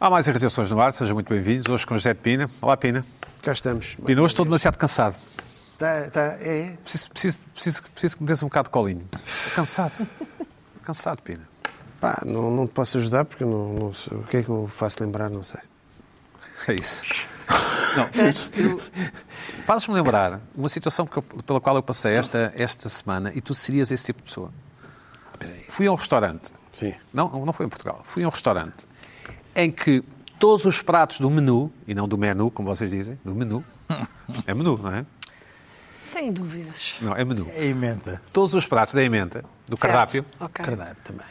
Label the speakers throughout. Speaker 1: Há mais irritações no ar, sejam muito bem-vindos. Hoje com o José de Pina. Olá, Pina.
Speaker 2: Cá estamos.
Speaker 1: Pina, hoje estou demasiado cansado.
Speaker 2: Tá, tá, é.
Speaker 1: Preciso, preciso, preciso, preciso que me des um bocado de colinho. Estou cansado. cansado, Pina.
Speaker 2: Pá, não, não te posso ajudar porque eu não, não sei. O que é que eu faço lembrar, não sei.
Speaker 1: É isso. Não, eu- Fazes-me lembrar uma situação que eu- pela qual eu passei esta, esta semana e tu serias esse tipo de pessoa. Fui a um restaurante.
Speaker 2: Sim.
Speaker 1: Não, não foi em Portugal. Fui a um restaurante em que todos os pratos do menu, e não do menu, como vocês dizem, do menu, é menu, não é?
Speaker 3: Tenho dúvidas.
Speaker 1: Não, é menu.
Speaker 4: É emenda.
Speaker 1: Todos os pratos da emenda, do cardápio,
Speaker 3: Certo? Ok.
Speaker 4: Cardápio também.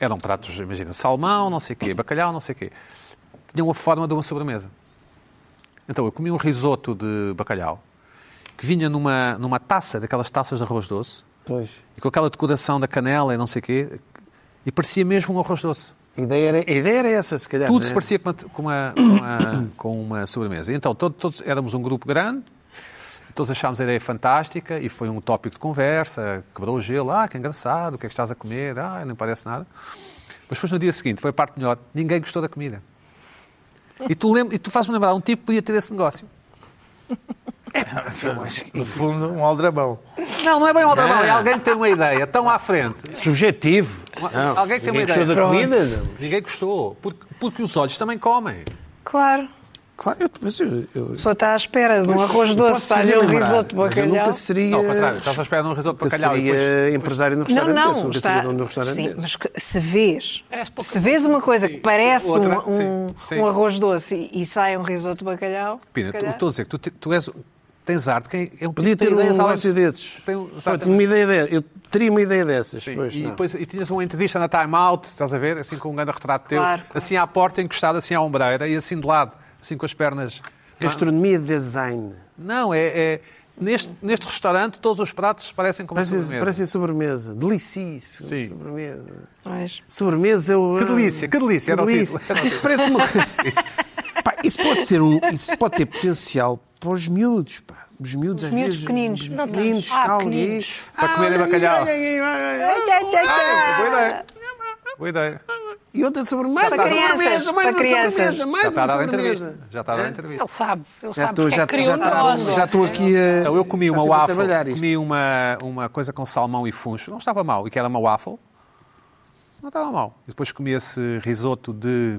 Speaker 1: eram pratos, imagina, salmão, não sei o quê, bacalhau, não sei o quê. Tinham a forma de uma sobremesa. Então eu comi um risoto de bacalhau que vinha numa, numa taça, daquelas taças de arroz doce,
Speaker 2: Pois.
Speaker 1: e com aquela decoração da canela e não sei o quê, e parecia mesmo um arroz doce.
Speaker 2: A ideia era, a ideia era essa, se calhar.
Speaker 1: Tudo
Speaker 2: não é?
Speaker 1: se parecia com uma, com uma, com uma- com uma sobremesa. Então, todo- todos éramos um grupo grande, todos achámos a ideia fantástica e foi um tópico de conversa, quebrou o gelo, ah, que engraçado, o que é que estás a comer, ah, não parece nada. Mas depois, no dia seguinte, foi a parte melhor, ninguém gostou da comida. E tu, lembra- e tu fazes-me lembrar, um tipo que podia ter esse negócio.
Speaker 4: No fundo, um aldrabão.
Speaker 1: Não, não é bem um aldrabão, é alguém que tem uma ideia tão à frente.
Speaker 2: Subjetivo. Não,
Speaker 1: Alguém que tem uma
Speaker 2: ninguém gostou
Speaker 1: ideia.
Speaker 2: da
Speaker 4: Pronto.
Speaker 2: comida? Não.
Speaker 1: Ninguém gostou, porque, porque os olhos também comem.
Speaker 3: Claro.
Speaker 2: Claro, eu, mas eu, eu,
Speaker 3: A pessoa está à espera de um arroz doce,
Speaker 2: posso fazer
Speaker 3: faz um
Speaker 2: lembrar,
Speaker 3: risoto de
Speaker 2: mas eu
Speaker 3: bacalhau.
Speaker 2: nunca seria,
Speaker 1: Não, ao contrário, estás à espera de um risoto de
Speaker 2: nunca
Speaker 1: bacalhau e
Speaker 2: Eh, seria
Speaker 1: depois-
Speaker 2: empresário no
Speaker 3: Não,
Speaker 2: restaurante desse,
Speaker 3: não,
Speaker 2: nunca
Speaker 3: está...
Speaker 2: seria dono de um restaurante
Speaker 3: Sim,
Speaker 2: desse.
Speaker 3: mas que- se vês, se vês uma coisa que parece
Speaker 1: Outra,
Speaker 3: um, um-
Speaker 1: sim, sim.
Speaker 3: um arroz doce e, e sai um risoto de bacalhau,
Speaker 1: Pina,
Speaker 3: se
Speaker 1: tu- eu
Speaker 3: calhar-
Speaker 1: estou a dizer que tu, te- tu és, um- tens arte, quem é um tipo que
Speaker 2: Podia
Speaker 1: tem
Speaker 2: ter um
Speaker 1: ideias além
Speaker 2: negócio
Speaker 1: de-
Speaker 2: desses.
Speaker 1: Tem um-
Speaker 2: Pronto,
Speaker 1: exatamente.
Speaker 2: uma ideia de- eu teria uma ideia dessas.
Speaker 1: Sim,
Speaker 2: pois,
Speaker 1: e,
Speaker 2: não.
Speaker 1: depois, e tinhas uma entrevista na Time Out, estás a ver? Assim com um grande retrato teu,
Speaker 3: Claro, claro.
Speaker 1: assim à porta, encostado assim à ombreira e assim de lado, assim com as pernas.
Speaker 2: Gastronomia design.
Speaker 1: Não, é. é- neste, neste restaurante, todos os pratos parecem como
Speaker 2: Parece,
Speaker 1: sobremesa.
Speaker 2: parece sobremesa. Delicis.
Speaker 1: Sim.
Speaker 2: Sobremesa.
Speaker 3: Pois.
Speaker 2: Sobremesa é o.
Speaker 1: Que delícia, que delícia, era o
Speaker 2: delícia.
Speaker 1: título, era o
Speaker 2: Isso parece uma coisa. Pá, isso pode ser um. Isso pode ter potencial para os miúdos, pá. Os miúdos, às
Speaker 3: miúdos
Speaker 2: vezes.
Speaker 3: pequeninos.
Speaker 2: os
Speaker 3: Não
Speaker 2: Pequeninos,
Speaker 3: tanto. Ah,
Speaker 2: tal,
Speaker 3: pequeninos.
Speaker 2: e- Ah,
Speaker 1: Para comerem
Speaker 2: olha aí,
Speaker 1: bacalhau.
Speaker 2: olha aí, olha aí.
Speaker 3: Tchá, tchá, tchá.
Speaker 1: Boa ideia. Boa ideia.
Speaker 2: E outra sobremesa.
Speaker 3: Para
Speaker 2: mais uma
Speaker 3: crianças,
Speaker 2: sobremesa, mais uma
Speaker 3: para crianças.
Speaker 2: sobremesa,
Speaker 1: Já
Speaker 2: mais
Speaker 1: está a
Speaker 2: uma
Speaker 1: dar a tá,
Speaker 2: sobremesa.
Speaker 1: entrevista. Já está a dar a entrevista.
Speaker 3: Ele sabe,
Speaker 2: Já
Speaker 3: ele sabe
Speaker 2: estou,
Speaker 3: porque
Speaker 2: já,
Speaker 3: é que criou
Speaker 2: já,
Speaker 3: um
Speaker 2: já,
Speaker 3: arroz
Speaker 2: já,
Speaker 3: doce.
Speaker 2: estou aqui a.
Speaker 1: Então, eu comi
Speaker 2: está
Speaker 1: uma
Speaker 2: É, tá sempre a
Speaker 1: waffle,
Speaker 2: trabalhar isto.
Speaker 1: comi uma, uma coisa com salmão e funcho, não estava mal, e que era uma waffle, não estava mal. E depois comi esse risoto de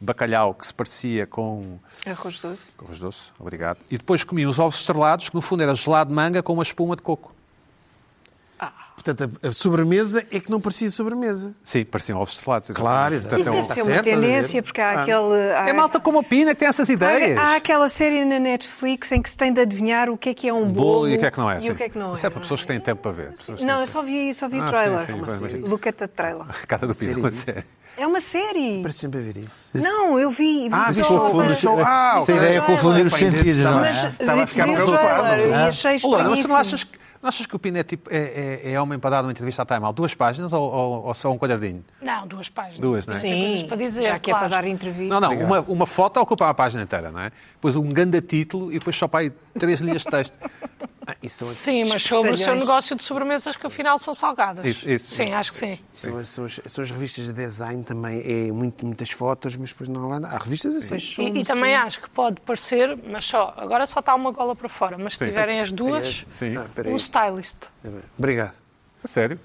Speaker 1: bacalhau que se parecia com
Speaker 3: Arroz doce.
Speaker 1: com arroz doce, obrigado. E depois comi uns ovos estrelados, que no fundo era gelado de manga com uma espuma de coco.
Speaker 2: Portanto, a, a sobremesa é que não parecia sobremesa.
Speaker 1: Sim, pareciam ovos estrelados. exatamente.
Speaker 2: Claro,
Speaker 1: Portanto,
Speaker 3: Isso
Speaker 2: Então,
Speaker 1: é um-
Speaker 3: deve ser uma
Speaker 2: certo, estás a ver?
Speaker 3: tendência, porque
Speaker 2: Ah.
Speaker 3: há aquele... há-
Speaker 1: É malta como a Pina que tem essas ideias.
Speaker 3: Há, há aquela série na Netflix em que se tem de adivinhar o que é que é um bolo,
Speaker 1: Bolo e o que é que não é.
Speaker 3: E
Speaker 1: sim.
Speaker 3: o que é que não
Speaker 1: Isso é para pessoas que têm tempo para ver. Pessoas que têm
Speaker 3: Não, eu
Speaker 1: tempo.
Speaker 3: só vi, só vi
Speaker 1: Ah,
Speaker 3: o
Speaker 1: sim,
Speaker 3: trailer.
Speaker 1: sim, vai, vai.
Speaker 3: Look at the trailer.
Speaker 1: Cara do Pina,
Speaker 2: Sério
Speaker 1: mas
Speaker 2: isso?
Speaker 1: é.
Speaker 3: É uma série.
Speaker 2: Parece sempre a ver isso.
Speaker 3: Não, eu vi.
Speaker 2: Ah,
Speaker 3: vi
Speaker 2: se
Speaker 3: só-
Speaker 2: confunde- só- ah,
Speaker 4: Essa
Speaker 2: ok.
Speaker 4: ideia é confundir os
Speaker 2: Pai, dentro
Speaker 4: sentidos, não
Speaker 3: Mas
Speaker 4: é?
Speaker 2: Estava a ficar
Speaker 3: vi o
Speaker 2: preocupado,
Speaker 3: trailer
Speaker 4: não é?
Speaker 3: E achei
Speaker 1: Olana, mas tu não
Speaker 3: estranhíssimo.
Speaker 1: achas que, não achas que o Pina é, tipo, é, é- é homem para dar uma entrevista à Time Out? Duas páginas ou, ou- ou só um quadradinho?
Speaker 5: Não, duas páginas.
Speaker 1: Duas, não é?
Speaker 5: Tem coisas para dizer,
Speaker 3: já que é para
Speaker 5: claro.
Speaker 3: dar
Speaker 1: Não,
Speaker 3: entrevista.
Speaker 1: não, uma, uma foto ocupa uma página inteira, não é? Depois um grande título e depois só para aí três linhas de texto.
Speaker 2: Ah, isso são,
Speaker 5: Sim, mas sobre o seu
Speaker 3: Especialhões.
Speaker 5: negócio de sobremesas que afinal são salgadas.
Speaker 1: Isso, isso,
Speaker 5: sim,
Speaker 1: isso.
Speaker 5: acho que sim.
Speaker 2: são, as- são as, são as revistas de design também. É muito, muitas fotos, mas depois não há nada. Há revistas assim.
Speaker 5: E- E, também acho que pode parecer, mas só, agora só está uma gola para fora, mas se tiverem as duas,
Speaker 1: Sim.
Speaker 2: Ah, espera aí.
Speaker 5: um stylist.
Speaker 2: Obrigado.
Speaker 1: A sério?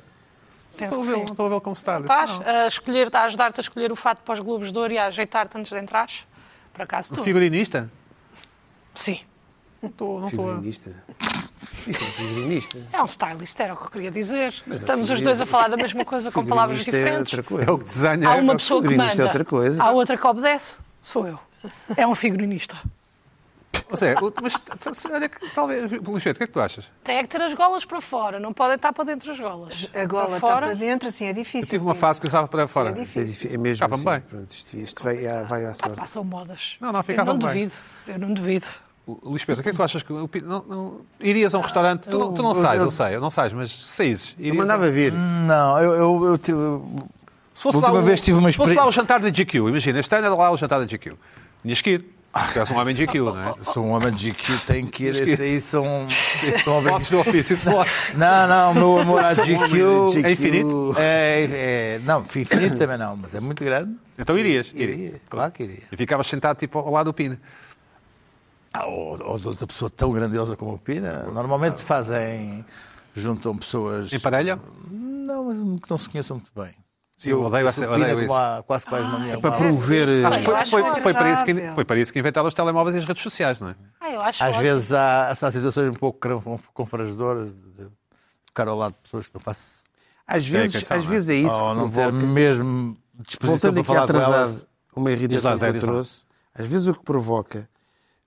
Speaker 5: Penso
Speaker 1: Estou a
Speaker 5: que
Speaker 1: vê-lo,
Speaker 5: sim.
Speaker 1: não estou a vê-lo como está.
Speaker 5: Estás a escolher, a ajudar-te a escolher o fato para os Globos de Ouro e a ajeitar-te antes de entrares? Por acaso tu?
Speaker 1: Um Figurinista?
Speaker 5: Sim.
Speaker 1: Não estou, não estou. a-
Speaker 2: Figurinista. Isso é um figurinista.
Speaker 5: É um stylist, era o que eu queria dizer. Estamos os dois a falar da mesma coisa com palavras
Speaker 2: Figurinista é
Speaker 5: diferentes.
Speaker 2: outra coisa.
Speaker 1: É o que desenha.
Speaker 5: Há uma pessoa que
Speaker 2: figurinista
Speaker 5: manda,
Speaker 2: é outra coisa.
Speaker 5: há outra que obedece, sou eu. É um figurinista.
Speaker 1: Ou seja, o- mas t- t- olha que talvez. Luís Pedro, o que é que tu achas?
Speaker 5: Tem é que ter as golas para fora, não podem estar para dentro as golas.
Speaker 3: A gola
Speaker 5: para
Speaker 3: está
Speaker 5: fora.
Speaker 3: para dentro, assim, é
Speaker 1: Eu
Speaker 3: difícil.
Speaker 1: tive uma fase que usava para fora.
Speaker 2: É, difí- é mesmo
Speaker 1: Acaba-me
Speaker 2: assim.
Speaker 1: bem.
Speaker 2: Pronto, isto isto vai, ah, vai à sorte.
Speaker 5: Passam modas.
Speaker 1: Não, não,
Speaker 5: eu
Speaker 1: ficava
Speaker 5: não
Speaker 1: bem.
Speaker 5: duvido, eu não duvido.
Speaker 1: O- Luís Pedro, o que é que tu achas que. o Pi- não- não- Irias a um restaurante. Tu não, tu não sais, eu sei, eu não sais, mas saís.
Speaker 2: Eu mandava vir.
Speaker 1: Hum.
Speaker 4: Não, eu, eu, eu tive-
Speaker 1: Se fosse
Speaker 4: Da última
Speaker 1: lá o-
Speaker 4: vez tive uma
Speaker 1: se fosse
Speaker 4: experi-
Speaker 1: lá o jantar da GQ, imagina, este ano era lá o jantar da GQ. Tinhas que ir. Tu és um homem de IQ, não é?
Speaker 4: Sou um homem de GQ, tenho que ir. Esse aí são. são
Speaker 1: Posso do ofício, pessoal.
Speaker 4: Não, não, meu amor a GQ.
Speaker 1: É infinito?
Speaker 4: É, é, não, infinito também não, mas é muito grande.
Speaker 1: Então irias. irias.
Speaker 4: Iria, claro que iria.
Speaker 1: E ficavas sentado tipo ao lado do Pina.
Speaker 4: Ah, ou, ou de outra pessoa tão grandiosa como o Pina, normalmente
Speaker 1: Ah.
Speaker 4: fazem. juntam pessoas.
Speaker 1: Em parelha?
Speaker 4: Não, mas que não se conheçam muito bem.
Speaker 1: Sim, eu odeio, essa,
Speaker 4: Pina é
Speaker 1: odeio isso. Ah, é
Speaker 4: lá, quase quase na minha.
Speaker 2: Para promover.
Speaker 1: Acho que foi,
Speaker 5: Eu acho
Speaker 1: foi, foi, para isso que,
Speaker 3: agradável.
Speaker 1: foi para isso que inventaram os telemóveis e as redes sociais, não é?
Speaker 5: Ah, eu acho
Speaker 4: Às
Speaker 5: ótimo.
Speaker 4: vezes há, há situações um pouco cran- confrangedoras de de ficar ao lado de pessoas que não faço.
Speaker 2: Às vezes,
Speaker 1: questão,
Speaker 2: às
Speaker 1: não é?
Speaker 2: vezes é isso
Speaker 4: ou
Speaker 2: que
Speaker 4: Oh, não ter
Speaker 2: provoca.
Speaker 4: mesmo disposição
Speaker 2: Voltando aqui
Speaker 4: para
Speaker 2: a
Speaker 4: falar com
Speaker 2: atrasar
Speaker 4: elas.
Speaker 2: uma
Speaker 1: Diz lá,
Speaker 2: irritação
Speaker 1: Zé,
Speaker 2: que eu
Speaker 1: diz lá.
Speaker 2: trouxe, às vezes o que provoca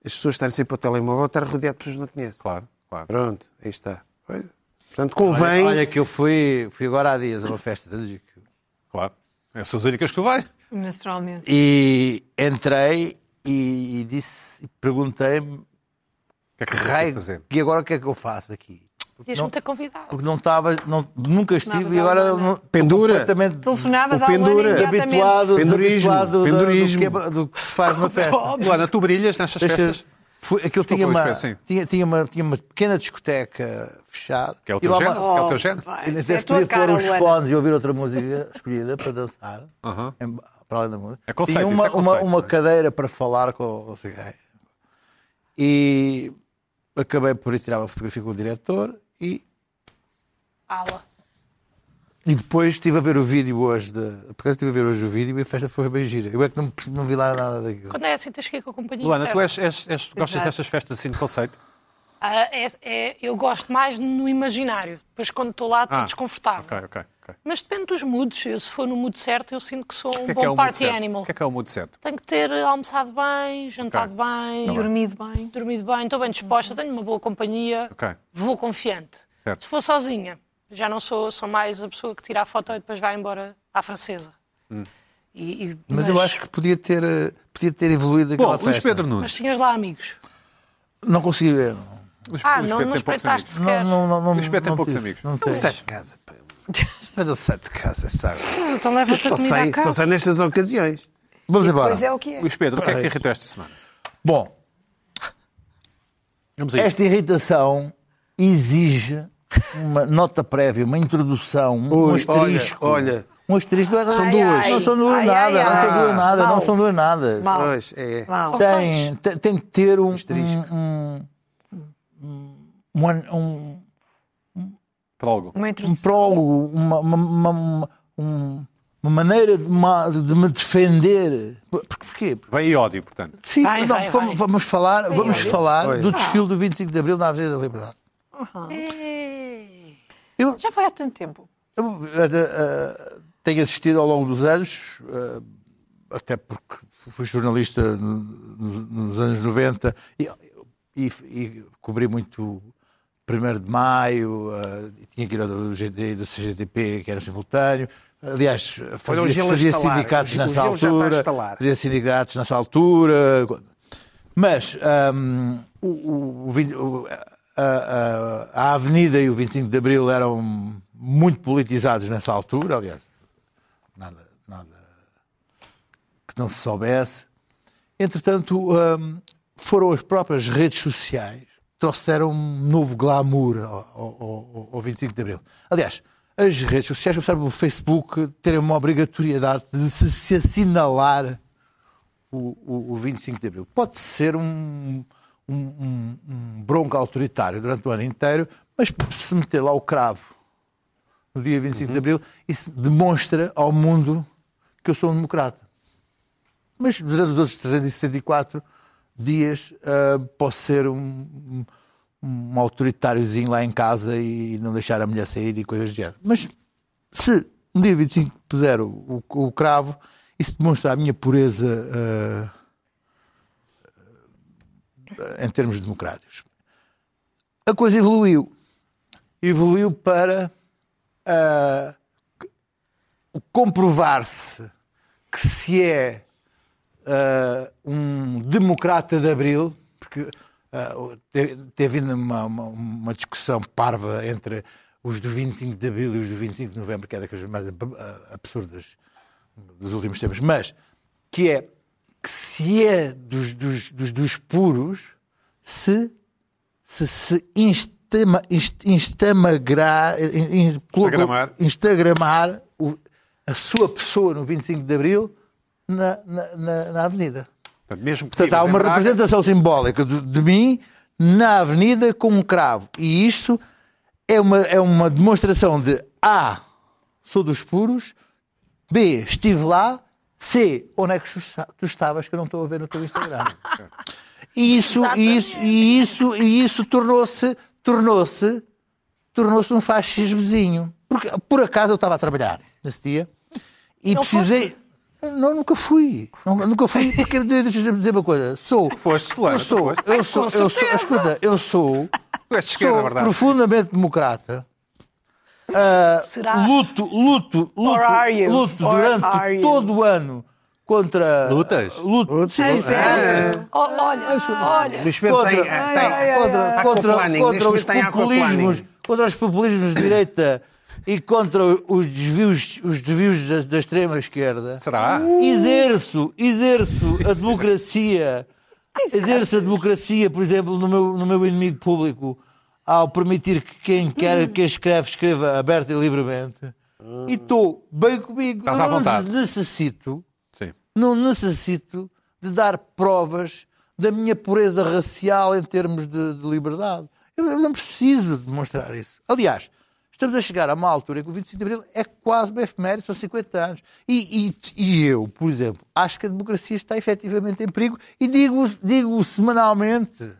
Speaker 2: as pessoas estarem sempre ao telemóvel estar rodeado de pessoas que não conhecem.
Speaker 1: Claro, claro.
Speaker 2: Pronto, aí está. Olha. Portanto,
Speaker 4: Olha-
Speaker 2: convém.
Speaker 4: Olha, que eu fui, fui agora há dias a uma festa da GQ.
Speaker 1: claro. É, são as únicas que tu vai.
Speaker 5: Naturalmente.
Speaker 4: E entrei e, e disse, e perguntei-me
Speaker 1: O que é que
Speaker 4: que
Speaker 1: eu tenho
Speaker 4: raio,
Speaker 1: que fazer?
Speaker 4: e agora o que é que eu faço aqui?
Speaker 5: Ias-me ter convidado.
Speaker 4: Porque não estava, não, nunca estive
Speaker 5: Estavas
Speaker 4: e agora
Speaker 5: alemana.
Speaker 4: não,
Speaker 2: Pendura.
Speaker 4: completamente
Speaker 5: Telefonavas
Speaker 2: O
Speaker 5: à Luana
Speaker 2: pendura.
Speaker 5: imediatamente.
Speaker 4: desabituado,
Speaker 2: Pendurismo,
Speaker 4: desabituado do-
Speaker 2: pendurismo.
Speaker 4: Do, que é- do que se faz numa festa.
Speaker 1: Luana, tu brilhas nestas
Speaker 4: Deixa,
Speaker 1: festas?
Speaker 4: foi, aquilo
Speaker 1: Desculpa,
Speaker 4: tinha uma,
Speaker 1: Luís Pedro, sim.
Speaker 4: tinha, tinha, uma, tinha uma pequena discoteca fechada.
Speaker 1: Que é o
Speaker 4: E
Speaker 1: teu
Speaker 4: lá uma-
Speaker 1: género? que é o teu género?
Speaker 3: vai,
Speaker 4: E nem
Speaker 3: isso é
Speaker 4: sei
Speaker 3: a
Speaker 4: se
Speaker 3: tua
Speaker 4: podia
Speaker 3: cara,
Speaker 4: pôr os
Speaker 3: Luana.
Speaker 4: fones e ouvir outra música escolhida para dançar,
Speaker 1: Aham.
Speaker 4: em- para além da música.
Speaker 1: É conceito,
Speaker 4: Tinha
Speaker 1: isso
Speaker 4: uma,
Speaker 1: é conceito,
Speaker 4: uma, uma
Speaker 1: não é?
Speaker 4: cadeira para falar com o CGI. E acabei por ir tirar uma fotografia com o diretor e,
Speaker 5: Ala.
Speaker 4: e depois estive a ver o vídeo hoje. De, porque eu estive a ver hoje o vídeo e a festa foi bem gira. Eu é que não, perce- não vi lá nada daquilo.
Speaker 5: Quando é assim, tens que ir com a companhia. É,
Speaker 1: Luana,
Speaker 5: inteira.
Speaker 1: tu és, és- és- gostas
Speaker 3: Exato.
Speaker 1: destas festas assim de conceito?
Speaker 5: Ah, é- é- eu gosto mais no imaginário. Depois, quando estou lá, estou
Speaker 1: Ah,
Speaker 5: desconfortável. Um
Speaker 1: Ok, ok. ok.
Speaker 5: Mas depende dos moods. Eu, se for no mood certo, eu sinto que sou um
Speaker 1: O que é que
Speaker 5: bom
Speaker 1: é o mood
Speaker 5: party
Speaker 1: certo?
Speaker 5: animal.
Speaker 1: O que é que é o mood certo?
Speaker 5: Tenho que ter eh, almoçado bem, jantado
Speaker 1: Ok. Tá
Speaker 5: bem, dormido
Speaker 3: Dormido bem.
Speaker 5: dormido bem, estou bem disposta, tenho uma boa companhia,
Speaker 1: Ok.
Speaker 5: vou confiante.
Speaker 1: Certo.
Speaker 5: Se for sozinha, já não sou, sou mais a pessoa que tira a foto e depois vai embora à francesa.
Speaker 1: Hum.
Speaker 5: E- e-
Speaker 4: Mas, eu acho que podia ter, eh, podia ter evoluído
Speaker 1: Bom,
Speaker 4: aquela
Speaker 1: Luís
Speaker 4: festa.
Speaker 1: Pedro Nunes.
Speaker 5: Mas tinhas lá amigos.
Speaker 4: Não consegui ver. não.
Speaker 1: Luís-
Speaker 5: Ah,
Speaker 1: Luís
Speaker 5: não,
Speaker 1: Pedro
Speaker 5: não
Speaker 1: tem poucos
Speaker 5: espreitaste
Speaker 1: amigos.
Speaker 5: sequer.
Speaker 4: Não, não, não,
Speaker 1: Luís Pedro tem
Speaker 4: não
Speaker 1: poucos
Speaker 4: tive,
Speaker 1: amigos.
Speaker 4: Não tem.
Speaker 2: Sai de casa. pá.
Speaker 4: Mas eu saio de casa, sabe?
Speaker 3: Então leva-te a
Speaker 2: Só
Speaker 3: comida
Speaker 2: sai,
Speaker 3: à
Speaker 2: só
Speaker 3: casa.
Speaker 2: sai nestas ocasiões.
Speaker 4: Vamos embora.
Speaker 3: Pois é o que é.
Speaker 1: Luís Pedro, o que é que te irritou esta semana?
Speaker 4: Bom,
Speaker 1: Vamos a isto.
Speaker 4: esta irritação exige uma nota prévia, uma introdução, um
Speaker 2: Ui,
Speaker 4: asterisco.
Speaker 2: olha, olha.
Speaker 4: Um asterisco. Não,
Speaker 2: São duas.
Speaker 4: Não são duas
Speaker 3: Ai,
Speaker 4: nada,
Speaker 3: ai,
Speaker 4: não são
Speaker 3: ai.
Speaker 4: duas nada, não
Speaker 3: Mau.
Speaker 4: são duas nada.
Speaker 3: Mau.
Speaker 2: Pois, é.
Speaker 3: Mal.
Speaker 4: Tem, tem, tem que ter um...
Speaker 2: Asterisco.
Speaker 4: um- um- um- um
Speaker 1: Prólogo.
Speaker 3: Uma
Speaker 4: um
Speaker 3: introdução.
Speaker 4: prólogo, uma, uma, uma, uma- um- uma maneira de, ma- de me defender. Por- Porquê?
Speaker 1: Vem aí ódio, portanto.
Speaker 4: Sim,
Speaker 5: Vai,
Speaker 4: não,
Speaker 5: vai, Ah.
Speaker 4: vamos,
Speaker 5: vai.
Speaker 4: vamos falar, vamos falar
Speaker 2: Oi.
Speaker 4: do desfile do 25 de Abril na Avenida da Liberdade. Eu-
Speaker 5: Já foi há tanto tempo.
Speaker 4: Eu, eh, eh, tenho assistido ao longo dos anos, eh, até porque fui jornalista no- no- nos anos 90 e, e- e cobri muito 1 de Maio, eh, e tinha que ir ao do GD, do CGTP, que era simultâneo. Aliás,
Speaker 2: o
Speaker 4: fazia,
Speaker 2: gelo a
Speaker 4: fazia
Speaker 2: estalar.
Speaker 4: sindicatos
Speaker 2: O ge-
Speaker 4: nessa
Speaker 2: o gelo já está a
Speaker 4: altura.
Speaker 2: estalar.
Speaker 4: Fazia sindicatos nessa altura. Mas hum, o- o- o vin- o- a, a- a Avenida e o 25 de Abril eram muito politizados nessa altura, aliás, nada, nada que não se soubesse. Entretanto, hum, foram as próprias redes sociais que trouxeram um novo glamour ao, ao- ao- ao 25 de Abril. Aliás, as redes sociais começaram pelo Facebook terem uma obrigatoriedade de se, se assinalar o, o, o 25 de Abril. Pode ser um, um, um- um bronco autoritário durante o ano inteiro, mas se meter lá o cravo no dia 25 de Abril, isso demonstra ao mundo que eu sou um democrata. Mas durante os outros 364 dias ah, posso ser um, um, um autoritáriozinho lá em casa e não deixar a mulher sair e coisas do género. Mas se no dia 25 puser o, o, o cravo, isso demonstra a minha pureza ah, ah, em termos democráticos. A coisa evoluiu. Evoluiu para ah, comprovar-se que se é ah, um democrata de Abril, porque ah, o- te- teve ainda uma, uma, uma discussão parva entre os do 25 de Abril e os do 25 de Novembro, que eh, é das coisas mais ab- ah, absurdas dos últimos tempos, mas que é que que se é dos, dos, dos, dos puros, se se, se instama, inst, instamagrar, in- in-
Speaker 1: Instagramar.
Speaker 4: instagramar o- a sua pessoa no 25 de Abril na, na, na- na Avenida.
Speaker 1: Portanto, mesmo que
Speaker 4: Portanto, há
Speaker 1: vivas em
Speaker 4: uma
Speaker 1: Braga,
Speaker 4: representação simbólica de, de mim na Avenida com um cravo. E isto é uma, é uma demonstração de A, sou dos puros, B, estive lá, C, onde é que tu esta- tu estavas que eu não estou a ver no teu Instagram. E isso, e isso, e isso, e isso tornou-se, tornou-se, tornou-se um fascismozinho. Porque, por acaso, eu estava a trabalhar nesse dia e
Speaker 5: Não
Speaker 4: precisei... Não, nunca fui. Nunca, nunca fui. Porque, deixa-me dizer uma coisa. Sou...
Speaker 1: Foste, Solano,
Speaker 4: eu sou,
Speaker 1: foste.
Speaker 4: eu sou, eu sou, escuta, eu sou,
Speaker 1: Tu és de esquerda,
Speaker 4: sou
Speaker 1: na verdade.
Speaker 4: profundamente democrata. Ah,
Speaker 5: Serás?
Speaker 4: Luto, luto, luto,
Speaker 5: Or are you?
Speaker 4: luto
Speaker 5: Or are
Speaker 4: durante
Speaker 5: you?
Speaker 4: todo o ano contra...
Speaker 1: Lutas?
Speaker 4: Luto, sim,
Speaker 2: Pois
Speaker 4: sim.
Speaker 2: é.
Speaker 5: Ó,
Speaker 3: Oh,
Speaker 5: olha, olha.
Speaker 2: Luís Pedro tem, eh, tem,
Speaker 4: Contra- contra,
Speaker 2: ai.
Speaker 4: contra,
Speaker 2: Aquaplaning.
Speaker 4: contra
Speaker 2: Neste
Speaker 4: os
Speaker 2: momento tem
Speaker 4: populismos,
Speaker 2: aquaplaning.
Speaker 4: contra os populismos de direita e contra os desvios, os desvios da, da extrema esquerda.
Speaker 1: Será?
Speaker 4: Exerço, exerço a democracia. Exerço a democracia, por exemplo, no meu, no meu inimigo público, ao permitir que quem
Speaker 2: Hum.
Speaker 4: quer que escreve, escreva aberto e livremente. E estou bem comigo.
Speaker 1: Estás
Speaker 4: Eu
Speaker 1: à
Speaker 4: não
Speaker 1: vontade.
Speaker 4: necessito
Speaker 1: Sim.
Speaker 4: não necessito de dar provas da minha pureza racial em termos de, de liberdade. Eu, eu não preciso demonstrar isso. Aliás, estamos a chegar a uma altura em que o 25 de Abril é quase uma efeméride, são 50 anos. E, e- e eu, por exemplo, acho que a democracia está efetivamente em perigo e digo, digo semanalmente.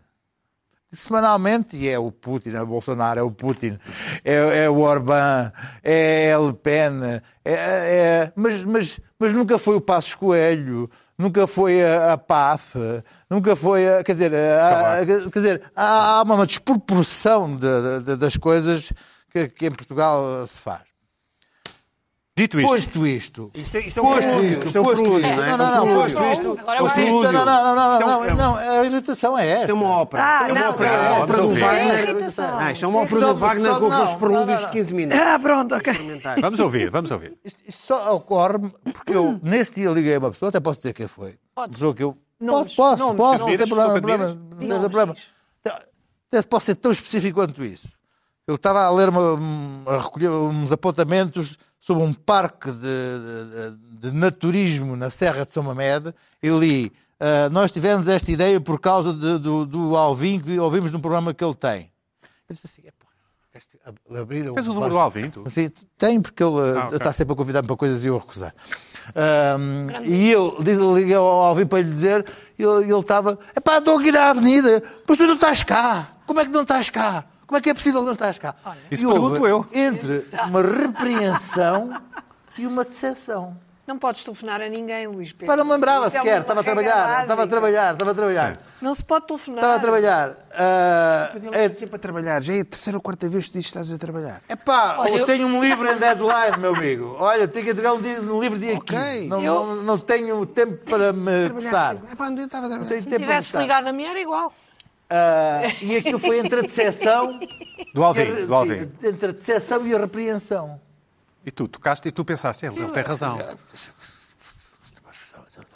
Speaker 4: Semanalmente, e é o Putin, é o Bolsonaro, é o Putin, é, é o Orbán, é a Le Pen, é- é- mas, mas, mas nunca foi o Passos Coelho, nunca foi a, a PAF, nunca foi a. Quer dizer, a- a- quer dizer há, há uma desproporção de- de- das coisas que, que em Portugal eh, se faz.
Speaker 1: Dito isto,
Speaker 4: Posto isto.
Speaker 2: Isto é- isto é um
Speaker 4: Posto
Speaker 2: prelúdio,
Speaker 4: isto.
Speaker 2: isto é um
Speaker 4: Posto
Speaker 2: prelúdio,
Speaker 4: isto.
Speaker 2: não é?
Speaker 4: Não, não, não.
Speaker 2: É um
Speaker 4: Posto
Speaker 2: prelúdio.
Speaker 4: isto.
Speaker 5: Agora
Speaker 4: Posto
Speaker 5: vai.
Speaker 4: isto. Não, não, não, não,
Speaker 2: Isto é um-
Speaker 4: não, não, não. A irritação é
Speaker 2: Isto é
Speaker 4: esta.
Speaker 2: uma ópera.
Speaker 3: Ah,
Speaker 2: é uma
Speaker 3: não,
Speaker 2: ópera,
Speaker 3: não,
Speaker 2: é uma
Speaker 1: não,
Speaker 2: ópera do
Speaker 1: vamos ouvir.
Speaker 2: Wagner.
Speaker 5: Irritação.
Speaker 2: Ah, isto é uma ópera do
Speaker 4: Só-
Speaker 2: Wagner
Speaker 4: só-
Speaker 2: com aqueles
Speaker 4: não,
Speaker 2: prelúdios
Speaker 4: não, não.
Speaker 2: de 15 minutos.
Speaker 3: Ah, pronto, ok.
Speaker 2: Experimentais.
Speaker 1: vamos ouvir, vamos ouvir.
Speaker 4: Isto, isto só ocorre porque eu, nesse dia, liguei a uma pessoa, até posso dizer quem foi. Uma pessoa que eu.
Speaker 5: Nomes,
Speaker 4: posso, posso,
Speaker 5: nomes,
Speaker 4: posso, não tem
Speaker 1: nomes.
Speaker 4: problema.
Speaker 1: Pessoa que
Speaker 4: problema,
Speaker 1: admiras?
Speaker 4: não tem
Speaker 5: Nomes,
Speaker 4: problema.
Speaker 5: diz.
Speaker 4: Até posso ser tão específico quanto isso. Eu estava a ler, uma- a recolher uns apontamentos sobre um parque de, de- de naturismo na Serra de São Mamede e li. ah, nós tivemos esta ideia por causa de- do, do Alvin que vi- ouvimos num programa que ele tem. Eu disse assim, "Epá, este- ab- abriram
Speaker 1: Tens o
Speaker 4: um
Speaker 1: número do
Speaker 4: parque."
Speaker 1: Alvin, tu?
Speaker 4: Sim, tem, porque ele eh,
Speaker 1: Ah, ok.
Speaker 4: está sempre a convidar-me para coisas e eu a recusar. Ahm, e eu diz- liguei ao Alvin para lhe dizer, e ele ele estava, é pá, estou aqui na avenida, mas tu não estás cá, como é que não estás cá? Como é que é possível não estás cá? E
Speaker 1: Isso
Speaker 4: houve
Speaker 1: pergunto eu.
Speaker 4: Entre uma repreensão e uma decepção.
Speaker 3: Não podes telefonar a ninguém, Luís Pedro.
Speaker 4: Pá, não me lembrava
Speaker 3: Isso é
Speaker 4: sequer,
Speaker 3: uma
Speaker 4: estava a
Speaker 3: regra
Speaker 4: trabalhar, estava a
Speaker 3: básica.
Speaker 4: trabalhar, estava a trabalhar.
Speaker 3: Não se pode telefonar.
Speaker 4: Estava a trabalhar. Ah,
Speaker 2: Ele está sempre a trabalhar. Já é a terceira ou quarta vez que tu dizes que estás a trabalhar.
Speaker 4: Epá,
Speaker 5: Olha,
Speaker 4: eu
Speaker 5: eu-
Speaker 4: tenho um livro em deadline, meu amigo. Olha, tenho que entregar um, dia, um livro dia
Speaker 2: Ok.
Speaker 4: 15. Não,
Speaker 5: Eu-
Speaker 4: não, não tenho tempo para me
Speaker 2: Trabalhar.
Speaker 4: coçar.
Speaker 2: É pá, onde eu estava a
Speaker 4: Não
Speaker 2: trabalhar.
Speaker 4: tenho
Speaker 5: Se
Speaker 4: tempo para me
Speaker 5: tivesse
Speaker 4: coçar.
Speaker 5: ligado a mim era igual.
Speaker 4: Ah, e aquilo foi entre a decepção...
Speaker 1: Do Alvin, do Alvin.
Speaker 4: sim, entre a decepção e a repreensão.
Speaker 1: E tu tocaste e tu pensaste, ele, ele tem razão.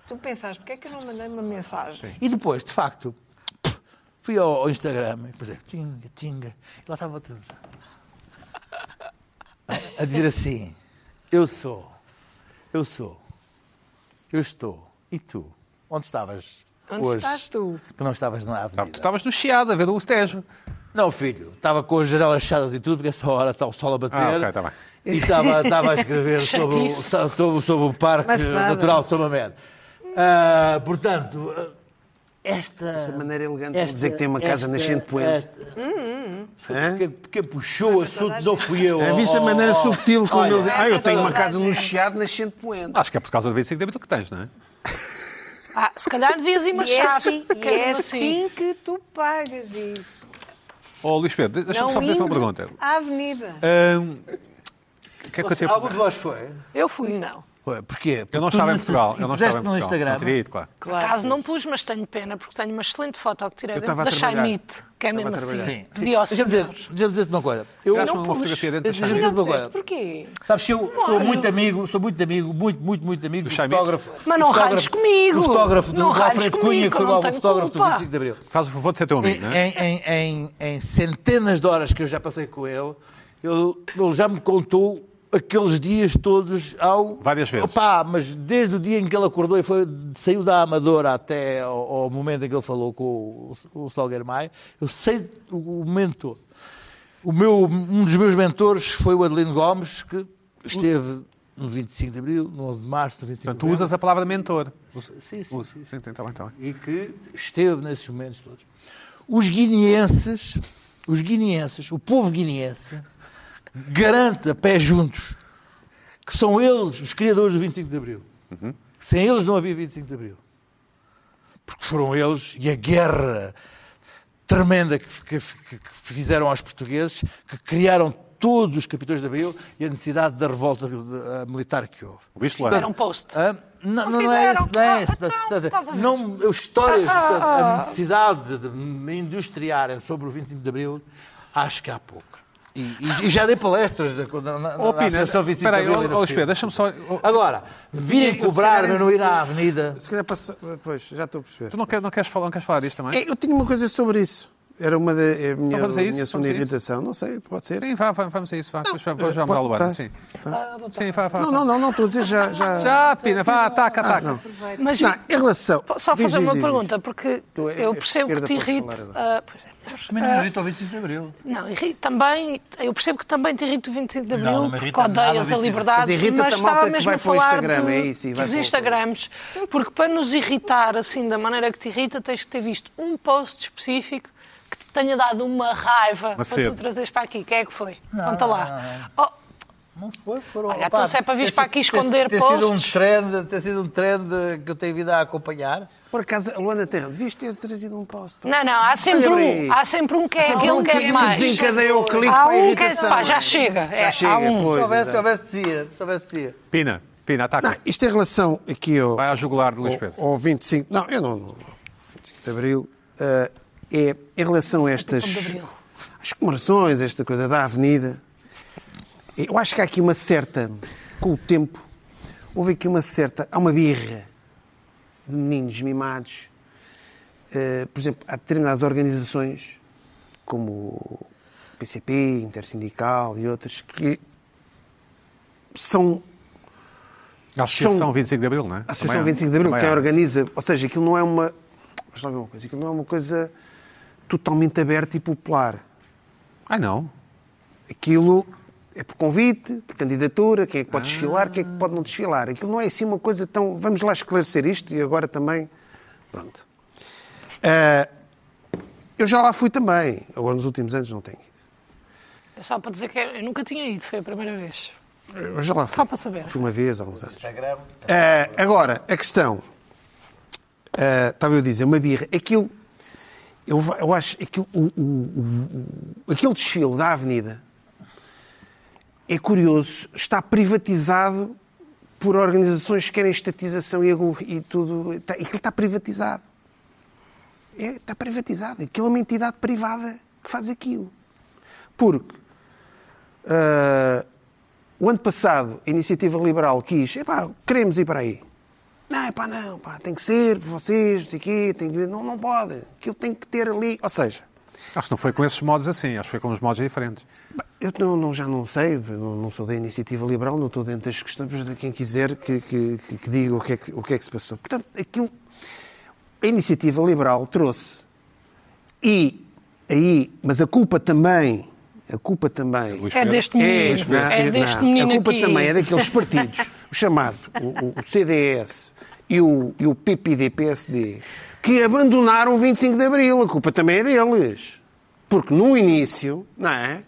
Speaker 3: Tu pensaste, porquê é que eu não mandei uma mensagem?
Speaker 4: E depois, de facto, fui ao, ao Instagram e depois é, tinga, tinga. E lá estava tudo. A- A dizer assim, eu sou, eu sou, eu estou. E tu? Onde estavas
Speaker 3: Onde
Speaker 4: hoje?
Speaker 3: estás tu?
Speaker 4: Que não estavas na avenida.
Speaker 1: Tá, Tu estavas no chiado a ver o Tejo.
Speaker 4: Não, filho, estava com as janelas fechadas e tudo, porque essa hora está o sol a bater.
Speaker 1: Ah, ok, tá bem.
Speaker 4: E estava, estava a escrever sobre, o,
Speaker 5: Chatice.
Speaker 4: so- sobre, sobre o Parque
Speaker 3: Maçada.
Speaker 4: Natural de São Mamede. Ah, portanto, ah, esta.
Speaker 2: Essa maneira elegante de dizer que tem uma casa nascente poente.
Speaker 4: esta- hum. Quem, quem puxou o assunto não fui eu.
Speaker 2: É,
Speaker 4: ó,
Speaker 2: Viste a
Speaker 4: ó,
Speaker 2: maneira
Speaker 4: ó.
Speaker 2: subtil como
Speaker 4: Olha,
Speaker 2: ele diz. Ah, eu tenho uma
Speaker 5: verdade.
Speaker 2: casa no Chiado nascente poente.
Speaker 1: Acho que é por causa do 25 de abril que tens, não é?
Speaker 5: Ah, se calhar devias ir
Speaker 3: E é
Speaker 5: marchar.
Speaker 3: assim, e
Speaker 5: Caramba,
Speaker 3: é
Speaker 5: sim.
Speaker 3: assim que tu pagas isso.
Speaker 1: Ó Luís Pedro, deixa-me só fazer-te uma
Speaker 3: indo
Speaker 1: pergunta.
Speaker 3: À avenida.
Speaker 1: Ahm, O que é que eu tenho
Speaker 4: Algum de vós foi?
Speaker 5: Eu fui, não.
Speaker 4: Porquê? Porque
Speaker 1: Eu não
Speaker 4: tu
Speaker 1: estava em
Speaker 4: necess-
Speaker 1: Portugal. Eu não estava em
Speaker 4: puseste no
Speaker 1: Portugal.
Speaker 4: Instagram.
Speaker 1: Não teria ido, claro.
Speaker 5: Por acaso não pus, mas tenho pena, porque tenho uma excelente foto que tirei
Speaker 2: Eu
Speaker 5: dentro
Speaker 2: estava a
Speaker 5: da
Speaker 2: trabalhar.
Speaker 5: Chaimite, que é mesmo assim.
Speaker 4: Sim, sim.
Speaker 5: Pedi ao
Speaker 4: Deixa-me dizer-
Speaker 5: senhor.
Speaker 4: deixa-me dizer-te uma coisa. Eu,
Speaker 1: Tiraste uma
Speaker 5: pus.
Speaker 1: fotografia dentro da
Speaker 4: Deixa-me
Speaker 1: Xavier.
Speaker 4: dizer-te uma
Speaker 5: Disseste
Speaker 4: coisa.
Speaker 5: porquê?
Speaker 4: Sabes que eu sou muito amigo, sou muito amigo, muito, muito, muito amigo do
Speaker 1: Chaimite?
Speaker 4: fotógrafo.
Speaker 5: Mas não
Speaker 4: do fotógrafo-
Speaker 5: rales comigo.
Speaker 4: Do fotógrafo do
Speaker 5: Não rales
Speaker 4: Alfredo Cunha,
Speaker 5: comigo,
Speaker 4: que foi
Speaker 5: eu não
Speaker 4: o
Speaker 5: tenho
Speaker 4: fotógrafo do
Speaker 5: culpa.
Speaker 4: 25 de Abril.
Speaker 1: Faz o favor de ser teu
Speaker 4: Em,
Speaker 1: amigo, não é?
Speaker 4: em- em- em- em centenas de horas que eu já passei com ele, ele, ele já me contou aqueles dias todos ao.
Speaker 1: Várias vezes.
Speaker 4: Opá, mas desde o dia em que ele acordou e foi, saiu da Amadora até ao, ao momento em que ele falou com o, o Salgueiro Maia, eu sei o, o momento todo. O meu, um dos meus mentores foi o Adelino Gomes, que esteve no 25 de Abril, no 11 de Março, no 25
Speaker 1: Portanto, tu
Speaker 4: de Abril.
Speaker 1: usas a palavra mentor.
Speaker 4: Sim, sim,
Speaker 1: Usa. Sim, está bem, está bem.
Speaker 4: e que esteve nesses momentos todos. Os guineenses, os guineenses, o povo guineense, garante a pé juntos que são eles os criadores do 25 de Abril. Que sem eles não havia 25 de Abril. Porque foram eles e a guerra tremenda que, que- que- que fizeram aos portugueses, que criaram todos os capitões de Abril e a necessidade da revolta eh, militar que houve.
Speaker 1: Viste,
Speaker 5: Era um
Speaker 1: Luana?
Speaker 5: post.
Speaker 4: Hã? não, não,
Speaker 5: Não
Speaker 4: não é
Speaker 5: fizeram.
Speaker 4: isso, não é
Speaker 5: Ah,
Speaker 4: isso.
Speaker 5: então,
Speaker 4: Tá- tá-
Speaker 5: estás a ver. Ah,
Speaker 4: não, eu histórias, a, a necessidade de me industriarem sobre o 25 de Abril, acho que há pouco. E, e- e já dei palestras da, na, na, na
Speaker 1: Ó, Pina,
Speaker 4: Associação 25
Speaker 1: né? Espera aí,
Speaker 4: de Abril.
Speaker 1: ó, ó, espera, deixa-me só... ó,
Speaker 4: Agora, virem
Speaker 2: Eu, se
Speaker 4: cobrar-me
Speaker 2: calhar,
Speaker 4: não ir à avenida.
Speaker 2: Se calhar passa... Pois, já estou a perceber.
Speaker 1: Tu não queres, não, queres falar, não queres falar disto também? Então
Speaker 2: É, eu tenho uma coisa sobre isso. Era uma da é a minha,
Speaker 1: vamos a isso,
Speaker 2: minha
Speaker 1: vamos
Speaker 2: segunda
Speaker 1: a isso.
Speaker 2: irritação. Não sei, pode ser.
Speaker 1: Sim, vá, vá, vamos a isso, vá. Depois vamos
Speaker 2: eh,
Speaker 1: vamos ao
Speaker 2: pode-
Speaker 1: Luana,
Speaker 2: tá.
Speaker 1: sim. Ah, Sim, vá, vá. vá.
Speaker 2: Não, não, não, não estou a dizer já. Já,
Speaker 1: Já, Pina, vá, ataca, ataca.
Speaker 5: Mas
Speaker 2: Não, em relação.
Speaker 5: só
Speaker 2: Diz,
Speaker 5: fazer
Speaker 2: diz,
Speaker 5: uma
Speaker 2: diz, diz.
Speaker 5: pergunta, porque
Speaker 2: Tu, eh,
Speaker 5: eu percebo que
Speaker 2: esquerda,
Speaker 5: te
Speaker 2: podes
Speaker 5: irrite.
Speaker 2: falar
Speaker 5: ah, pois é.
Speaker 4: Também não irrita ao 25 de Abril.
Speaker 5: Não, irri- também, eu percebo que também te irrita o 25 de Abril,
Speaker 4: Não, não me
Speaker 5: porque
Speaker 4: irrita nada o
Speaker 5: odeias a
Speaker 4: 25.
Speaker 2: Mas
Speaker 5: liberdade,
Speaker 2: irrita-te
Speaker 5: mas,
Speaker 2: a malta
Speaker 5: estava
Speaker 2: que
Speaker 5: mesmo
Speaker 2: vai
Speaker 5: a
Speaker 2: para o
Speaker 5: falar
Speaker 2: Instagram,
Speaker 5: de-
Speaker 2: é isso, e vai
Speaker 5: dos
Speaker 2: para o-
Speaker 5: Instagrams, porque para nos irritar assim da maneira que te irrita, tens que ter visto um post específico que te tenha dado uma raiva para
Speaker 1: cedo.
Speaker 5: tu trazeres para aqui. Quem é que foi? Conta lá. Oh,
Speaker 4: Não foi, foram.
Speaker 5: Olha,
Speaker 4: opá,
Speaker 5: então se é para vir
Speaker 4: tem
Speaker 5: para
Speaker 4: sido-
Speaker 5: aqui esconder
Speaker 4: tem, tem sido um
Speaker 5: posts.
Speaker 4: trend, Tem sido um trend que eu tenho vindo a acompanhar.
Speaker 2: Por acaso, a Luana Terra, devias ter trazido um post.
Speaker 5: Não, não, há sempre
Speaker 2: Olha aí.
Speaker 5: um. Há sempre um que é
Speaker 2: Há sempre
Speaker 5: aquele
Speaker 2: um
Speaker 5: que é
Speaker 2: que
Speaker 5: demais.
Speaker 2: desencadeia o clique
Speaker 5: há
Speaker 2: para a
Speaker 5: um que é,
Speaker 2: irritação.
Speaker 5: pá, já chega. É,
Speaker 2: Já chega,
Speaker 5: há um.
Speaker 2: Pois,
Speaker 4: se houvesse,
Speaker 2: exato.
Speaker 4: se houvesse, dizia. Se houvesse, dizia.
Speaker 1: Pina, Pina, ataca.
Speaker 2: Não, isto em relação aqui ao,
Speaker 1: Vai à jugular de Luís
Speaker 2: ao-
Speaker 1: Pedro.
Speaker 2: ao 25. Não, eu não. não 25 de Abril. ah, é em relação a estas. As comemorações, esta coisa da Avenida. Eu acho que há aqui uma certa. Com o tempo, houve aqui uma certa. Há uma birra de meninos mimados. Ah, por exemplo, há determinadas organizações, como o PCP, Intersindical e outras, que são
Speaker 1: A Associação
Speaker 2: são-
Speaker 1: 25 de Abril, não é? um
Speaker 2: a Associação
Speaker 1: Também há-
Speaker 2: 25 de Abril,
Speaker 1: também
Speaker 2: quem
Speaker 1: há.
Speaker 2: organiza, ou seja, aquilo não é uma. Mas lá ver uma coisa, aquilo não é uma coisa totalmente aberta e popular.
Speaker 1: Ai, não.
Speaker 2: Aquilo é por convite, por candidatura, quem é que pode
Speaker 1: Ah.
Speaker 2: desfilar, quem é que pode não desfilar. Aquilo não é assim uma coisa tão. Vamos lá esclarecer isto e agora também. Pronto. Ah, eu já lá fui também, agora nos últimos anos não tenho ido.
Speaker 5: É Só para dizer que eu nunca tinha ido, foi a primeira vez.
Speaker 2: Eu já lá fui.
Speaker 5: Só para saber.
Speaker 2: Fui uma vez há uns anos. Ah, agora, a questão. ah, estava eu a dizer, uma birra. Aquilo. Eu, va- eu acho. Aquilo, o, o- o- aquele desfile da Avenida. É curioso. Está privatizado por organizações que querem estatização e, aglo- e tudo. Está, aquilo está privatizado. É, está privatizado. Aquilo é uma entidade privada que faz aquilo. Porque. ah, o ano passado, a Iniciativa Liberal quis, epá, queremos ir para aí. Não, epá, não, pá, tem que ser, vocês, não sei quê, tem que... não, não pode, aquilo tem que ter ali, ou seja,
Speaker 1: Acho que não foi com esses modos assim, acho que foi com uns modos diferentes.
Speaker 2: eu não, não- já não sei, não, não sou da Iniciativa Liberal, não estou dentro das questões, mas quem quiser que, que- que- que diga o que, é que, o que é que se passou. Portanto, aquilo, a Iniciativa Liberal trouxe, e aí, mas a culpa também, a culpa também
Speaker 5: É deste menino.
Speaker 2: não,
Speaker 5: É,
Speaker 2: não.
Speaker 5: deste menino
Speaker 2: A culpa
Speaker 5: aqui.
Speaker 2: também é daqueles partidos, o chamado, o, o CDS e o, e o PPD-PSD, que abandonaram o 25 de Abril. A culpa também é deles. Porque no início, não é?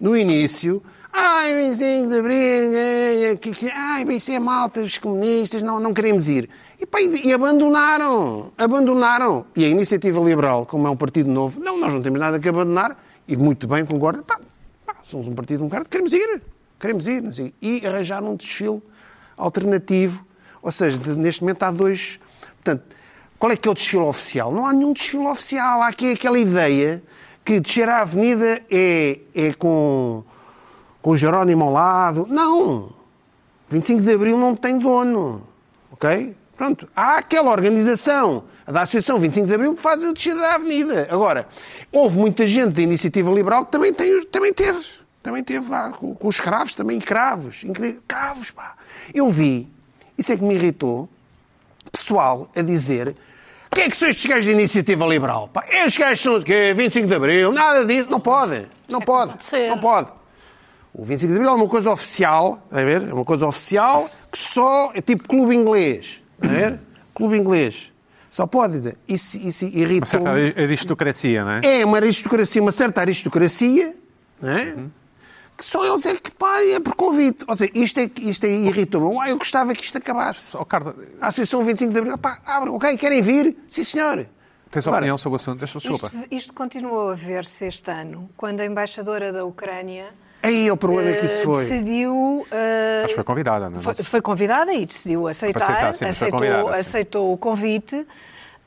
Speaker 2: No início, ai, 25 de Abril, eh, eh, que- que- ai, bem, isso é malta, os comunistas, não, não queremos ir. E, pá, e e abandonaram, abandonaram. E a Iniciativa Liberal, como é um partido novo, não, nós não temos nada que abandonar, e muito bem, concordo, pá, ah, somos um partido um bocado, queremos ir, queremos ir, não sei. e arranjar um desfile alternativo. Ou seja, de- neste momento há dois. Portanto, qual é que é o desfile oficial? Não há nenhum desfile oficial. Há aqui aquela ideia que descer à avenida é, é com, com o Jerónimo ao lado. Não! 25 de Abril não tem dono. Ok? Pronto. Há aquela organização, a da Associação 25 de Abril, que faz a descida da avenida. Agora, houve muita gente da Iniciativa Liberal que também, tem, também teve. Também teve lá, com, com os cravos também, cravos. Incrível. Cravos, pá. Eu vi, isso é que me irritou, pessoal a dizer quem é que são estes gajos de Iniciativa Liberal? Pá, estes gajos são o quê? 25 de Abril? Nada disso. Não pode. Não pode.
Speaker 5: pode ser.
Speaker 2: Não pode. O 25 de Abril é uma coisa oficial, está a ver? É uma coisa oficial que só é tipo clube inglês, está a ver? clube inglês. Só pode dizer. Isso, isso
Speaker 1: Uma
Speaker 2: irrita
Speaker 1: certa aristocracia, não é?
Speaker 2: é uma aristocracia, uma certa aristocracia, não é? que só eles é que pá, é por convite. Ou seja, isto é, que- isto é irritou-me. Ah, eu gostava que isto acabasse.
Speaker 1: Oh, Carlos,
Speaker 2: A Associação 25 de Abril, pá, abre, ok, querem vir? Sim, senhor.
Speaker 1: tens
Speaker 2: Agora,
Speaker 1: opinião sobre o assunto? Deixa- Desculpa.
Speaker 3: Isto, isto continuou a ver-se este ano, quando a embaixadora da Ucrânia
Speaker 2: Aí é o problema que
Speaker 3: eh,
Speaker 2: isso foi.
Speaker 3: decidiu. eh,
Speaker 1: Acho que foi convidada, não é?
Speaker 3: Foi, foi convidada e decidiu aceitar,
Speaker 1: aceitar, sim, mas foi
Speaker 3: aceitou,
Speaker 1: convidada, sim.
Speaker 3: aceitou o convite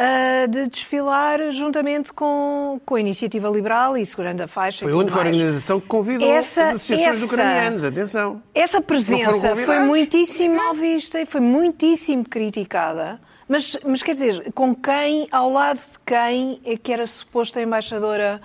Speaker 3: ah, de desfilar juntamente com, com a Iniciativa Liberal e segurando a faixa. e
Speaker 2: Foi a
Speaker 3: tudo
Speaker 2: única
Speaker 3: mais.
Speaker 2: organização que convidou
Speaker 3: Essa-
Speaker 2: as associações de
Speaker 3: essa-
Speaker 2: ucranianos, atenção.
Speaker 3: Essa
Speaker 2: Não foram
Speaker 3: presença
Speaker 2: convidados.
Speaker 3: foi muitíssimo mal vista e foi muitíssimo criticada. Mas, mas quer dizer, com quem, ao lado de quem é que era suposto a embaixadora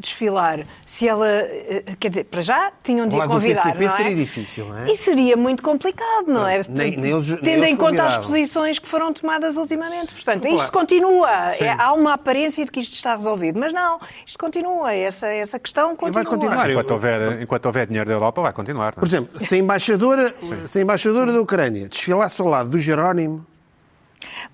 Speaker 3: desfilar? Se ela, eh, quer dizer, para já tinham de
Speaker 2: Ao
Speaker 3: a
Speaker 2: lado do
Speaker 3: convidar,
Speaker 2: PCP
Speaker 3: não é?
Speaker 2: seria difícil, não é?
Speaker 3: E seria muito complicado, não é?
Speaker 2: nem- nem eles- nem
Speaker 3: Tendo
Speaker 2: eles
Speaker 3: em conta as
Speaker 2: convidavam.
Speaker 3: posições que foram tomadas ultimamente. Portanto,
Speaker 2: Desculpa lá.
Speaker 3: isto continua. É, há uma aparência de que isto está resolvido, mas não. Isto continua. Essa, essa questão continua.
Speaker 2: vai continuar. Claro,
Speaker 1: Enquanto
Speaker 2: eu-
Speaker 1: houver, enquanto houver dinheiro da Europa, vai continuar. Não
Speaker 2: Por
Speaker 1: é?
Speaker 2: exemplo, se a embaixadora, se a embaixadora da Ucrânia desfilasse ao lado do Jerónimo,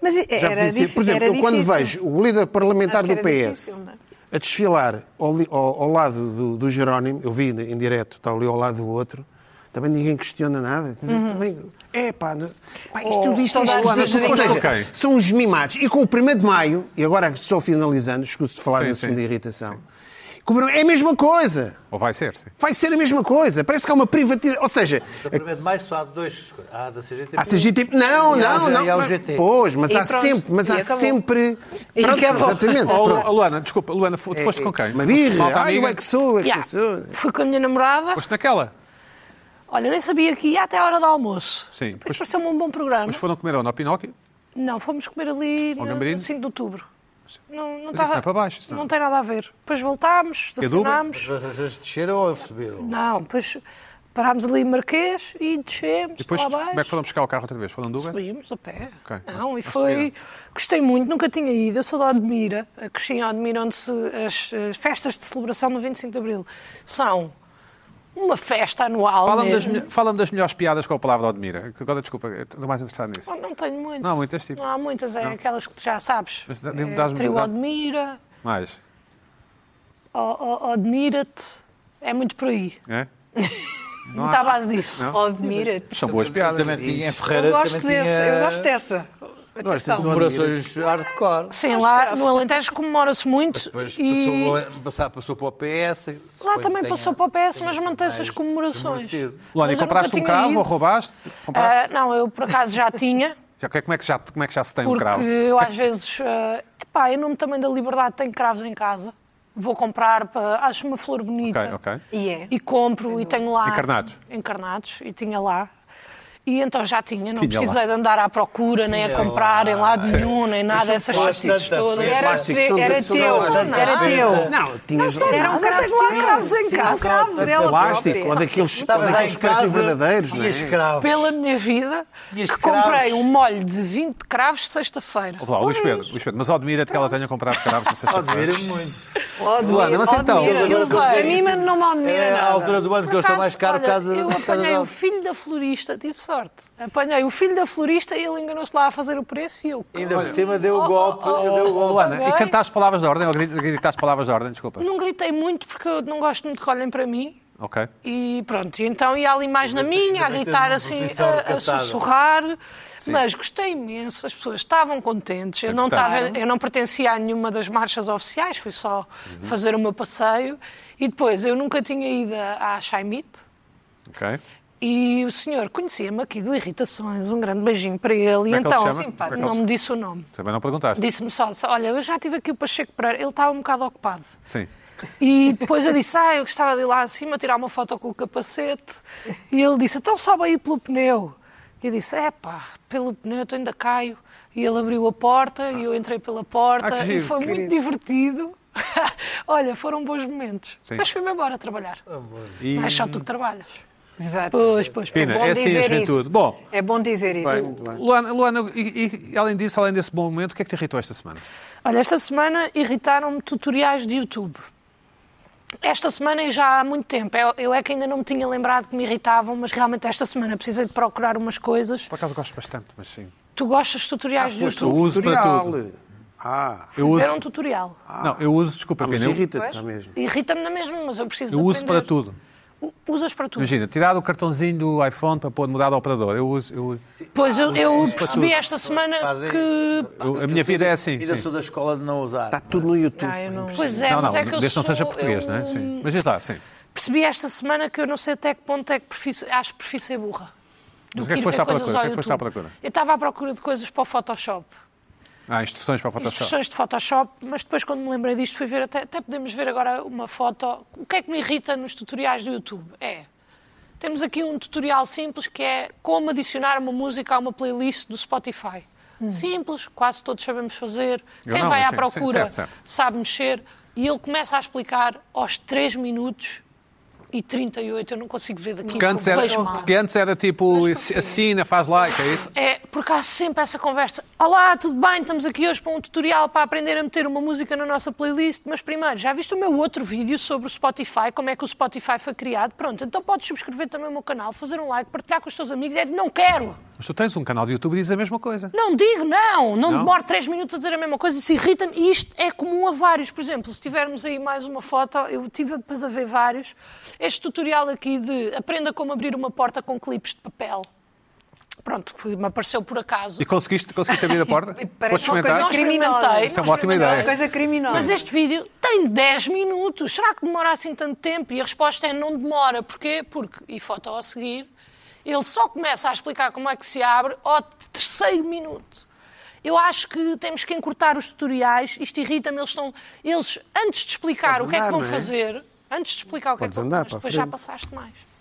Speaker 3: Mas
Speaker 2: já podia
Speaker 3: era
Speaker 2: ser.
Speaker 3: difí-
Speaker 2: Por exemplo,
Speaker 3: era
Speaker 2: eu quando
Speaker 3: difícil.
Speaker 2: vejo o líder parlamentar
Speaker 3: Acho que
Speaker 2: do PS
Speaker 3: era difícil, não é?
Speaker 2: a desfilar ao, li- ao- ao lado do, do Jerónimo, eu vi em direto, está ali ao lado do outro, também ninguém questiona nada. Também, é pá, não- pá, isto
Speaker 3: Oh,
Speaker 2: tudo isto é
Speaker 3: saudades
Speaker 2: esquisito.
Speaker 3: das
Speaker 2: Ou seja,
Speaker 1: gerações.
Speaker 2: São os mimados. E com o 1 de maio, e agora só finalizando, escuso de falar
Speaker 1: Sim,
Speaker 2: da
Speaker 1: sim.
Speaker 2: segunda irritação, com o primeiro- é a mesma coisa.
Speaker 1: Ou vai ser, sim.
Speaker 2: Vai ser a mesma coisa. Parece que há uma privatização. Ou seja,
Speaker 6: Da 1 de maio só há dois. Há a da CGTP.
Speaker 2: Há CGTP. Não,
Speaker 6: E há-
Speaker 2: não,
Speaker 6: e há
Speaker 2: não.
Speaker 6: o
Speaker 2: mas-
Speaker 6: GT.
Speaker 2: Pois, mas
Speaker 3: E
Speaker 2: há
Speaker 3: pronto.
Speaker 2: sempre. Mas
Speaker 3: E
Speaker 2: há
Speaker 3: acabou.
Speaker 2: sempre.
Speaker 3: E
Speaker 2: Pronto,
Speaker 3: acabou.
Speaker 2: exatamente.
Speaker 1: Oh,
Speaker 2: pronto.
Speaker 1: Luana, desculpa, Luana, tu foste com quem?
Speaker 2: Uma birra.
Speaker 1: Malta
Speaker 2: Ai, eu
Speaker 1: amiga?
Speaker 2: é que sou, eu é que
Speaker 5: Yeah.
Speaker 2: sou.
Speaker 5: Fui com a minha namorada.
Speaker 1: Foste naquela.
Speaker 5: Olha, nem sabia que ia até a hora do almoço.
Speaker 1: Sim,
Speaker 5: Depois
Speaker 1: pois-
Speaker 5: pareceu-me um bom programa.
Speaker 1: Mas foram comer onde? Ao Pinóquio?
Speaker 5: Não, fomos comer ali
Speaker 1: Ao
Speaker 5: no
Speaker 1: Gambarino?
Speaker 5: 5 de outubro. Não, não
Speaker 1: isso
Speaker 5: tava-
Speaker 1: não é para baixo, isso não.
Speaker 5: tem nada a ver. Depois voltámos,
Speaker 1: Uber?
Speaker 5: estacionámos.
Speaker 6: Mas Vocês desceram ou subiram?
Speaker 5: Não, depois parámos ali em Marquês e descemos
Speaker 1: E depois,
Speaker 5: lá
Speaker 1: como
Speaker 5: abaixo.
Speaker 1: é que foram buscar o carro outra vez? Foram do Uber?
Speaker 5: Subimos a pé.
Speaker 1: Ok.
Speaker 5: Não, e
Speaker 1: Mas
Speaker 5: foi.
Speaker 1: subiram.
Speaker 5: Gostei muito, nunca tinha ido. Eu sou da Admira, a Coxinha Admira, onde se, as, as festas de celebração no 25 de Abril são uma festa anual.
Speaker 1: Fala-me das,
Speaker 5: mesmo.
Speaker 1: melho- fala-me das melhores piadas com a palavra Odmira. Agora, desculpa, eu estou mais interessado nisso.
Speaker 5: Oh, Não tenho muitas.
Speaker 1: Não há muitas, tipo.
Speaker 5: Não há muitas, é aquelas que tu já sabes.
Speaker 1: Mas dá- dê-me-
Speaker 5: É,
Speaker 1: dás-me-
Speaker 5: Trio
Speaker 1: dá-
Speaker 5: Admira,
Speaker 1: Mais,
Speaker 5: ó- ó- Admira-te. É muito por aí.
Speaker 1: é? Não há-
Speaker 5: Muito à base disso.
Speaker 1: Não?
Speaker 3: Admira-te.
Speaker 1: São boas piadas.
Speaker 4: Também tinha em Ferreira.
Speaker 3: Eu gosto
Speaker 4: também
Speaker 3: dessa.
Speaker 4: tinha
Speaker 3: Eu gosto dessa. Então,
Speaker 2: Gostas de um admira-
Speaker 4: Comemorações hardcore.
Speaker 5: Sim, lá no Alentejo comemora-se muito.
Speaker 6: Depois
Speaker 5: e...
Speaker 6: passou, passar- passou para o PS.
Speaker 5: Lá
Speaker 6: suponho
Speaker 5: também
Speaker 6: que
Speaker 5: passou
Speaker 6: tenha-
Speaker 5: para o PS,
Speaker 6: tenha
Speaker 5: mas
Speaker 6: sido
Speaker 5: mantém-se
Speaker 6: mais
Speaker 5: as comemorações.
Speaker 6: merecido.
Speaker 1: Luana,
Speaker 5: Mas
Speaker 1: e
Speaker 5: eu
Speaker 1: compraste
Speaker 5: nunca
Speaker 1: um
Speaker 5: tinha
Speaker 1: cravo
Speaker 5: ido.
Speaker 1: ou roubaste? Compraste?
Speaker 5: Ah, não, eu por acaso já tinha,
Speaker 1: Já- como, é que já, como é que já se tem um
Speaker 5: porque
Speaker 1: cravo?
Speaker 5: eu às vezes. ah, epá, em nome também da liberdade, tenho cravos em casa. Vou comprar, para, acho uma flor bonita.
Speaker 1: Ok, ok.
Speaker 3: E é.
Speaker 5: E compro e tenho lá.
Speaker 1: Encarnados?
Speaker 5: Encarnados, e tinha lá. E então já tinha, não
Speaker 1: Tinha
Speaker 5: precisei de andar à procura, nem a comprar em lado nenhum, nem nada, essas chatices
Speaker 6: tanta
Speaker 5: todas.
Speaker 6: festa.
Speaker 5: Era,
Speaker 2: Plásticos são
Speaker 5: era
Speaker 2: de- são
Speaker 5: teu,
Speaker 2: de-
Speaker 5: não,
Speaker 3: Era teu.
Speaker 2: Não, tinhas
Speaker 5: sei,
Speaker 2: um
Speaker 5: era
Speaker 3: Era
Speaker 5: um
Speaker 3: um
Speaker 5: cravo-
Speaker 3: lá cravos em
Speaker 6: sim,
Speaker 3: casa.
Speaker 6: sim,
Speaker 3: Cravos
Speaker 6: sim,
Speaker 3: dela
Speaker 2: plástico,
Speaker 3: própria.
Speaker 2: ou daqueles
Speaker 6: Estavas lá
Speaker 2: daqueles
Speaker 6: em
Speaker 2: que parecem
Speaker 6: casa,
Speaker 2: verdadeiros, não é?
Speaker 6: tinhas cravos.
Speaker 5: pela minha vida
Speaker 6: Tinhas
Speaker 5: que
Speaker 6: cravos.
Speaker 5: comprei um molho de 20 cravos sexta-feira.
Speaker 1: Ouve lá, Luís Pedro, Luís Pedro, mas admira-te que ela tenha comprado cravos na sexta-feira.
Speaker 6: Admira-me muito.
Speaker 3: Luana,
Speaker 4: mas então-
Speaker 5: Ele vai.
Speaker 3: A mim mas não me admira
Speaker 6: É a
Speaker 3: nada.
Speaker 6: altura do ano que eu estou mais caro
Speaker 5: olha,
Speaker 6: casa,
Speaker 5: eu
Speaker 6: casa
Speaker 5: apanhei o filho da florista, tive sorte. Apanhei o filho da florista e ele enganou-se lá a fazer o preço e eu.
Speaker 6: Ainda por cima deu
Speaker 5: Oh,
Speaker 6: o golpe. deu o golpe.
Speaker 1: Luana, e
Speaker 5: Paguei.
Speaker 1: cantaste palavras de ordem ou gri- gritaste palavras de ordem? Desculpa.
Speaker 5: Não gritei muito porque eu não gosto muito que olhem para mim.
Speaker 1: Ok.
Speaker 5: E pronto, e então ia ali mais na minha, a
Speaker 6: tens
Speaker 5: gritar
Speaker 6: uma
Speaker 5: assim,
Speaker 6: profissão
Speaker 5: a, a
Speaker 6: recatada.
Speaker 5: sussurrar, mas gostei imenso, as pessoas estavam contentes,
Speaker 6: É
Speaker 5: eu não,
Speaker 1: Claro.
Speaker 5: estava, eu não pertencia a nenhuma das marchas oficiais, fui só
Speaker 6: Uhum.
Speaker 5: fazer o meu passeio, e depois eu nunca tinha ido à Chaimite,
Speaker 1: Ok.
Speaker 5: e E o senhor conhecia-me aqui do Irritações, um grande beijinho para ele. e
Speaker 1: é que ele se
Speaker 5: então,
Speaker 1: chama? Simpático.
Speaker 5: não me disse o nome.
Speaker 1: Também não perguntaste.
Speaker 5: Disse-me só, disse, olha, eu já tive aqui o Pacheco Pereira, ele estava um bocado ocupado.
Speaker 1: Sim.
Speaker 5: E depois eu disse, ah, eu gostava de ir lá acima tirar uma foto com o capacete. E ele disse, então sobe aí pelo pneu. E eu disse, é pá, pelo pneu, então ainda caio. E ele abriu a porta e eu entrei pela porta
Speaker 1: Ah, que
Speaker 5: e
Speaker 1: giro,
Speaker 5: foi
Speaker 1: que
Speaker 5: muito divertido. Olha, foram bons momentos.
Speaker 1: Sim.
Speaker 5: Mas fui-me embora trabalhar.
Speaker 1: E- Ah,
Speaker 5: Mas só tu que trabalhas.
Speaker 3: Exato.
Speaker 5: Pois, pois, pois.
Speaker 1: Pina, é assim a
Speaker 3: dizer
Speaker 1: juventude.
Speaker 3: isso.
Speaker 1: Bom,
Speaker 3: É bom dizer isso.
Speaker 1: Luana, Luana e, e além disso, além desse bom momento, o que é que te irritou esta semana?
Speaker 5: Olha, esta semana irritaram-me tutoriais de YouTube. Esta semana e já há muito tempo. Eu, eu é que ainda não me tinha lembrado que me irritavam, mas realmente esta semana precisei de procurar umas coisas.
Speaker 1: Por acaso gosto bastante, mas sim.
Speaker 5: Tu gostas de tutoriais de
Speaker 2: Foste
Speaker 5: YouTube?
Speaker 2: um
Speaker 1: uso para
Speaker 2: tutorial.
Speaker 1: tudo.
Speaker 2: Ah,
Speaker 1: Ah, Eu uso,
Speaker 5: Era um tutorial.
Speaker 1: não, eu uso, desculpa,
Speaker 2: ah, mas
Speaker 1: Pina, eu,
Speaker 2: irrita-te está mesmo.
Speaker 5: Irrita-me na mesma, mas eu preciso
Speaker 1: eu
Speaker 5: de
Speaker 1: uso para
Speaker 5: aprender.
Speaker 1: tudo.
Speaker 5: U- Usas para tudo.
Speaker 1: Imagina, tirar o cartãozinho do iPhone para pôr mudar de operador. Eu uso, eu,
Speaker 5: Pois
Speaker 1: Ah,
Speaker 5: eu, eu percebi
Speaker 6: tudo.
Speaker 5: esta semana
Speaker 6: Fazem
Speaker 5: que...
Speaker 1: eu- a minha vida é assim.
Speaker 6: Ainda
Speaker 1: sim. Tá.
Speaker 6: sou da escola de não usar.
Speaker 2: Está Tá tudo no YouTube.
Speaker 3: Ah, eu não...
Speaker 5: Pois é,
Speaker 1: não, não,
Speaker 5: mas é que eu
Speaker 1: desde que não
Speaker 5: sou-
Speaker 1: seja português,
Speaker 5: eu-
Speaker 1: não é? Sim. Mas diz lá, sim.
Speaker 5: Percebi esta semana que eu não sei até que ponto é que perfis- acho perfície
Speaker 1: Mas
Speaker 5: burra. Do
Speaker 1: o que é que
Speaker 5: ir
Speaker 1: foste
Speaker 5: ver
Speaker 1: à procura?
Speaker 5: coisas
Speaker 1: O
Speaker 5: ao
Speaker 1: que é que foste à
Speaker 5: YouTube.
Speaker 1: procura?
Speaker 5: Eu estava à procura de coisas para o Photoshop.
Speaker 1: Há instruções para a Photoshop.
Speaker 5: Instruções de Photoshop, mas depois quando me lembrei disto fui ver, até, até podemos ver agora uma foto. O que é que me irrita nos tutoriais do YouTube? É, temos aqui um tutorial simples que é como adicionar uma música a uma playlist do Spotify. Simples, quase todos sabemos fazer.
Speaker 1: Hum. Eu
Speaker 5: Quem
Speaker 1: não,
Speaker 5: vai
Speaker 1: mas
Speaker 5: à
Speaker 1: sim,
Speaker 5: procura
Speaker 1: sim, certo, certo.
Speaker 5: sabe mexer. E ele começa a explicar aos 3 minutos e 38, eu não consigo ver daqui.
Speaker 1: Porque antes,
Speaker 5: eu
Speaker 1: era,
Speaker 5: Tipo, vejo mal.
Speaker 1: porque antes era tipo, assina, faz like, é isso?
Speaker 5: É, porque há sempre essa conversa. Olá, tudo bem? Estamos aqui hoje para um tutorial para aprender a meter uma música na nossa playlist. Mas primeiro, já viste o meu outro vídeo sobre o Spotify, como é que o Spotify foi criado? Pronto, então podes subscrever também o meu canal, fazer um like, partilhar com os teus amigos. É de não quero!
Speaker 1: Mas tu tens um canal de YouTube e dizes a mesma coisa.
Speaker 5: Não digo, não! Não,
Speaker 1: Não?
Speaker 5: demoro três minutos a dizer a mesma coisa, isso irrita-me. E isto é comum a vários. Por exemplo, se tivermos aí mais uma foto, eu tive depois a ver vários. Este tutorial aqui de aprenda como abrir uma porta com clipes de papel. Pronto, foi- me apareceu por acaso.
Speaker 1: E conseguiste, conseguiste abrir a porta? Podes
Speaker 3: Parece uma coisa
Speaker 1: experimentar?
Speaker 5: cri-
Speaker 3: criminosa.
Speaker 5: Isso
Speaker 1: é uma ótima ideia.
Speaker 3: Uma coisa criminosa.
Speaker 5: Mas este vídeo tem 10 minutos. Será que demora assim tanto tempo? E a resposta é não demora. Porquê? Porque, e foto a seguir, ele só começa a explicar como é que se abre ao terceiro minuto. Eu acho que temos que encurtar os tutoriais. Isto irrita-me. Eles estão... Eles, antes de explicar
Speaker 2: Podes
Speaker 5: o que é que
Speaker 2: andar,
Speaker 5: vão
Speaker 2: não é?
Speaker 5: fazer, antes de explicar o que
Speaker 2: Podes
Speaker 5: é que
Speaker 2: andar
Speaker 5: vão
Speaker 2: para
Speaker 5: fazer,
Speaker 2: a
Speaker 5: depois já
Speaker 2: frente.
Speaker 5: passeaste mais.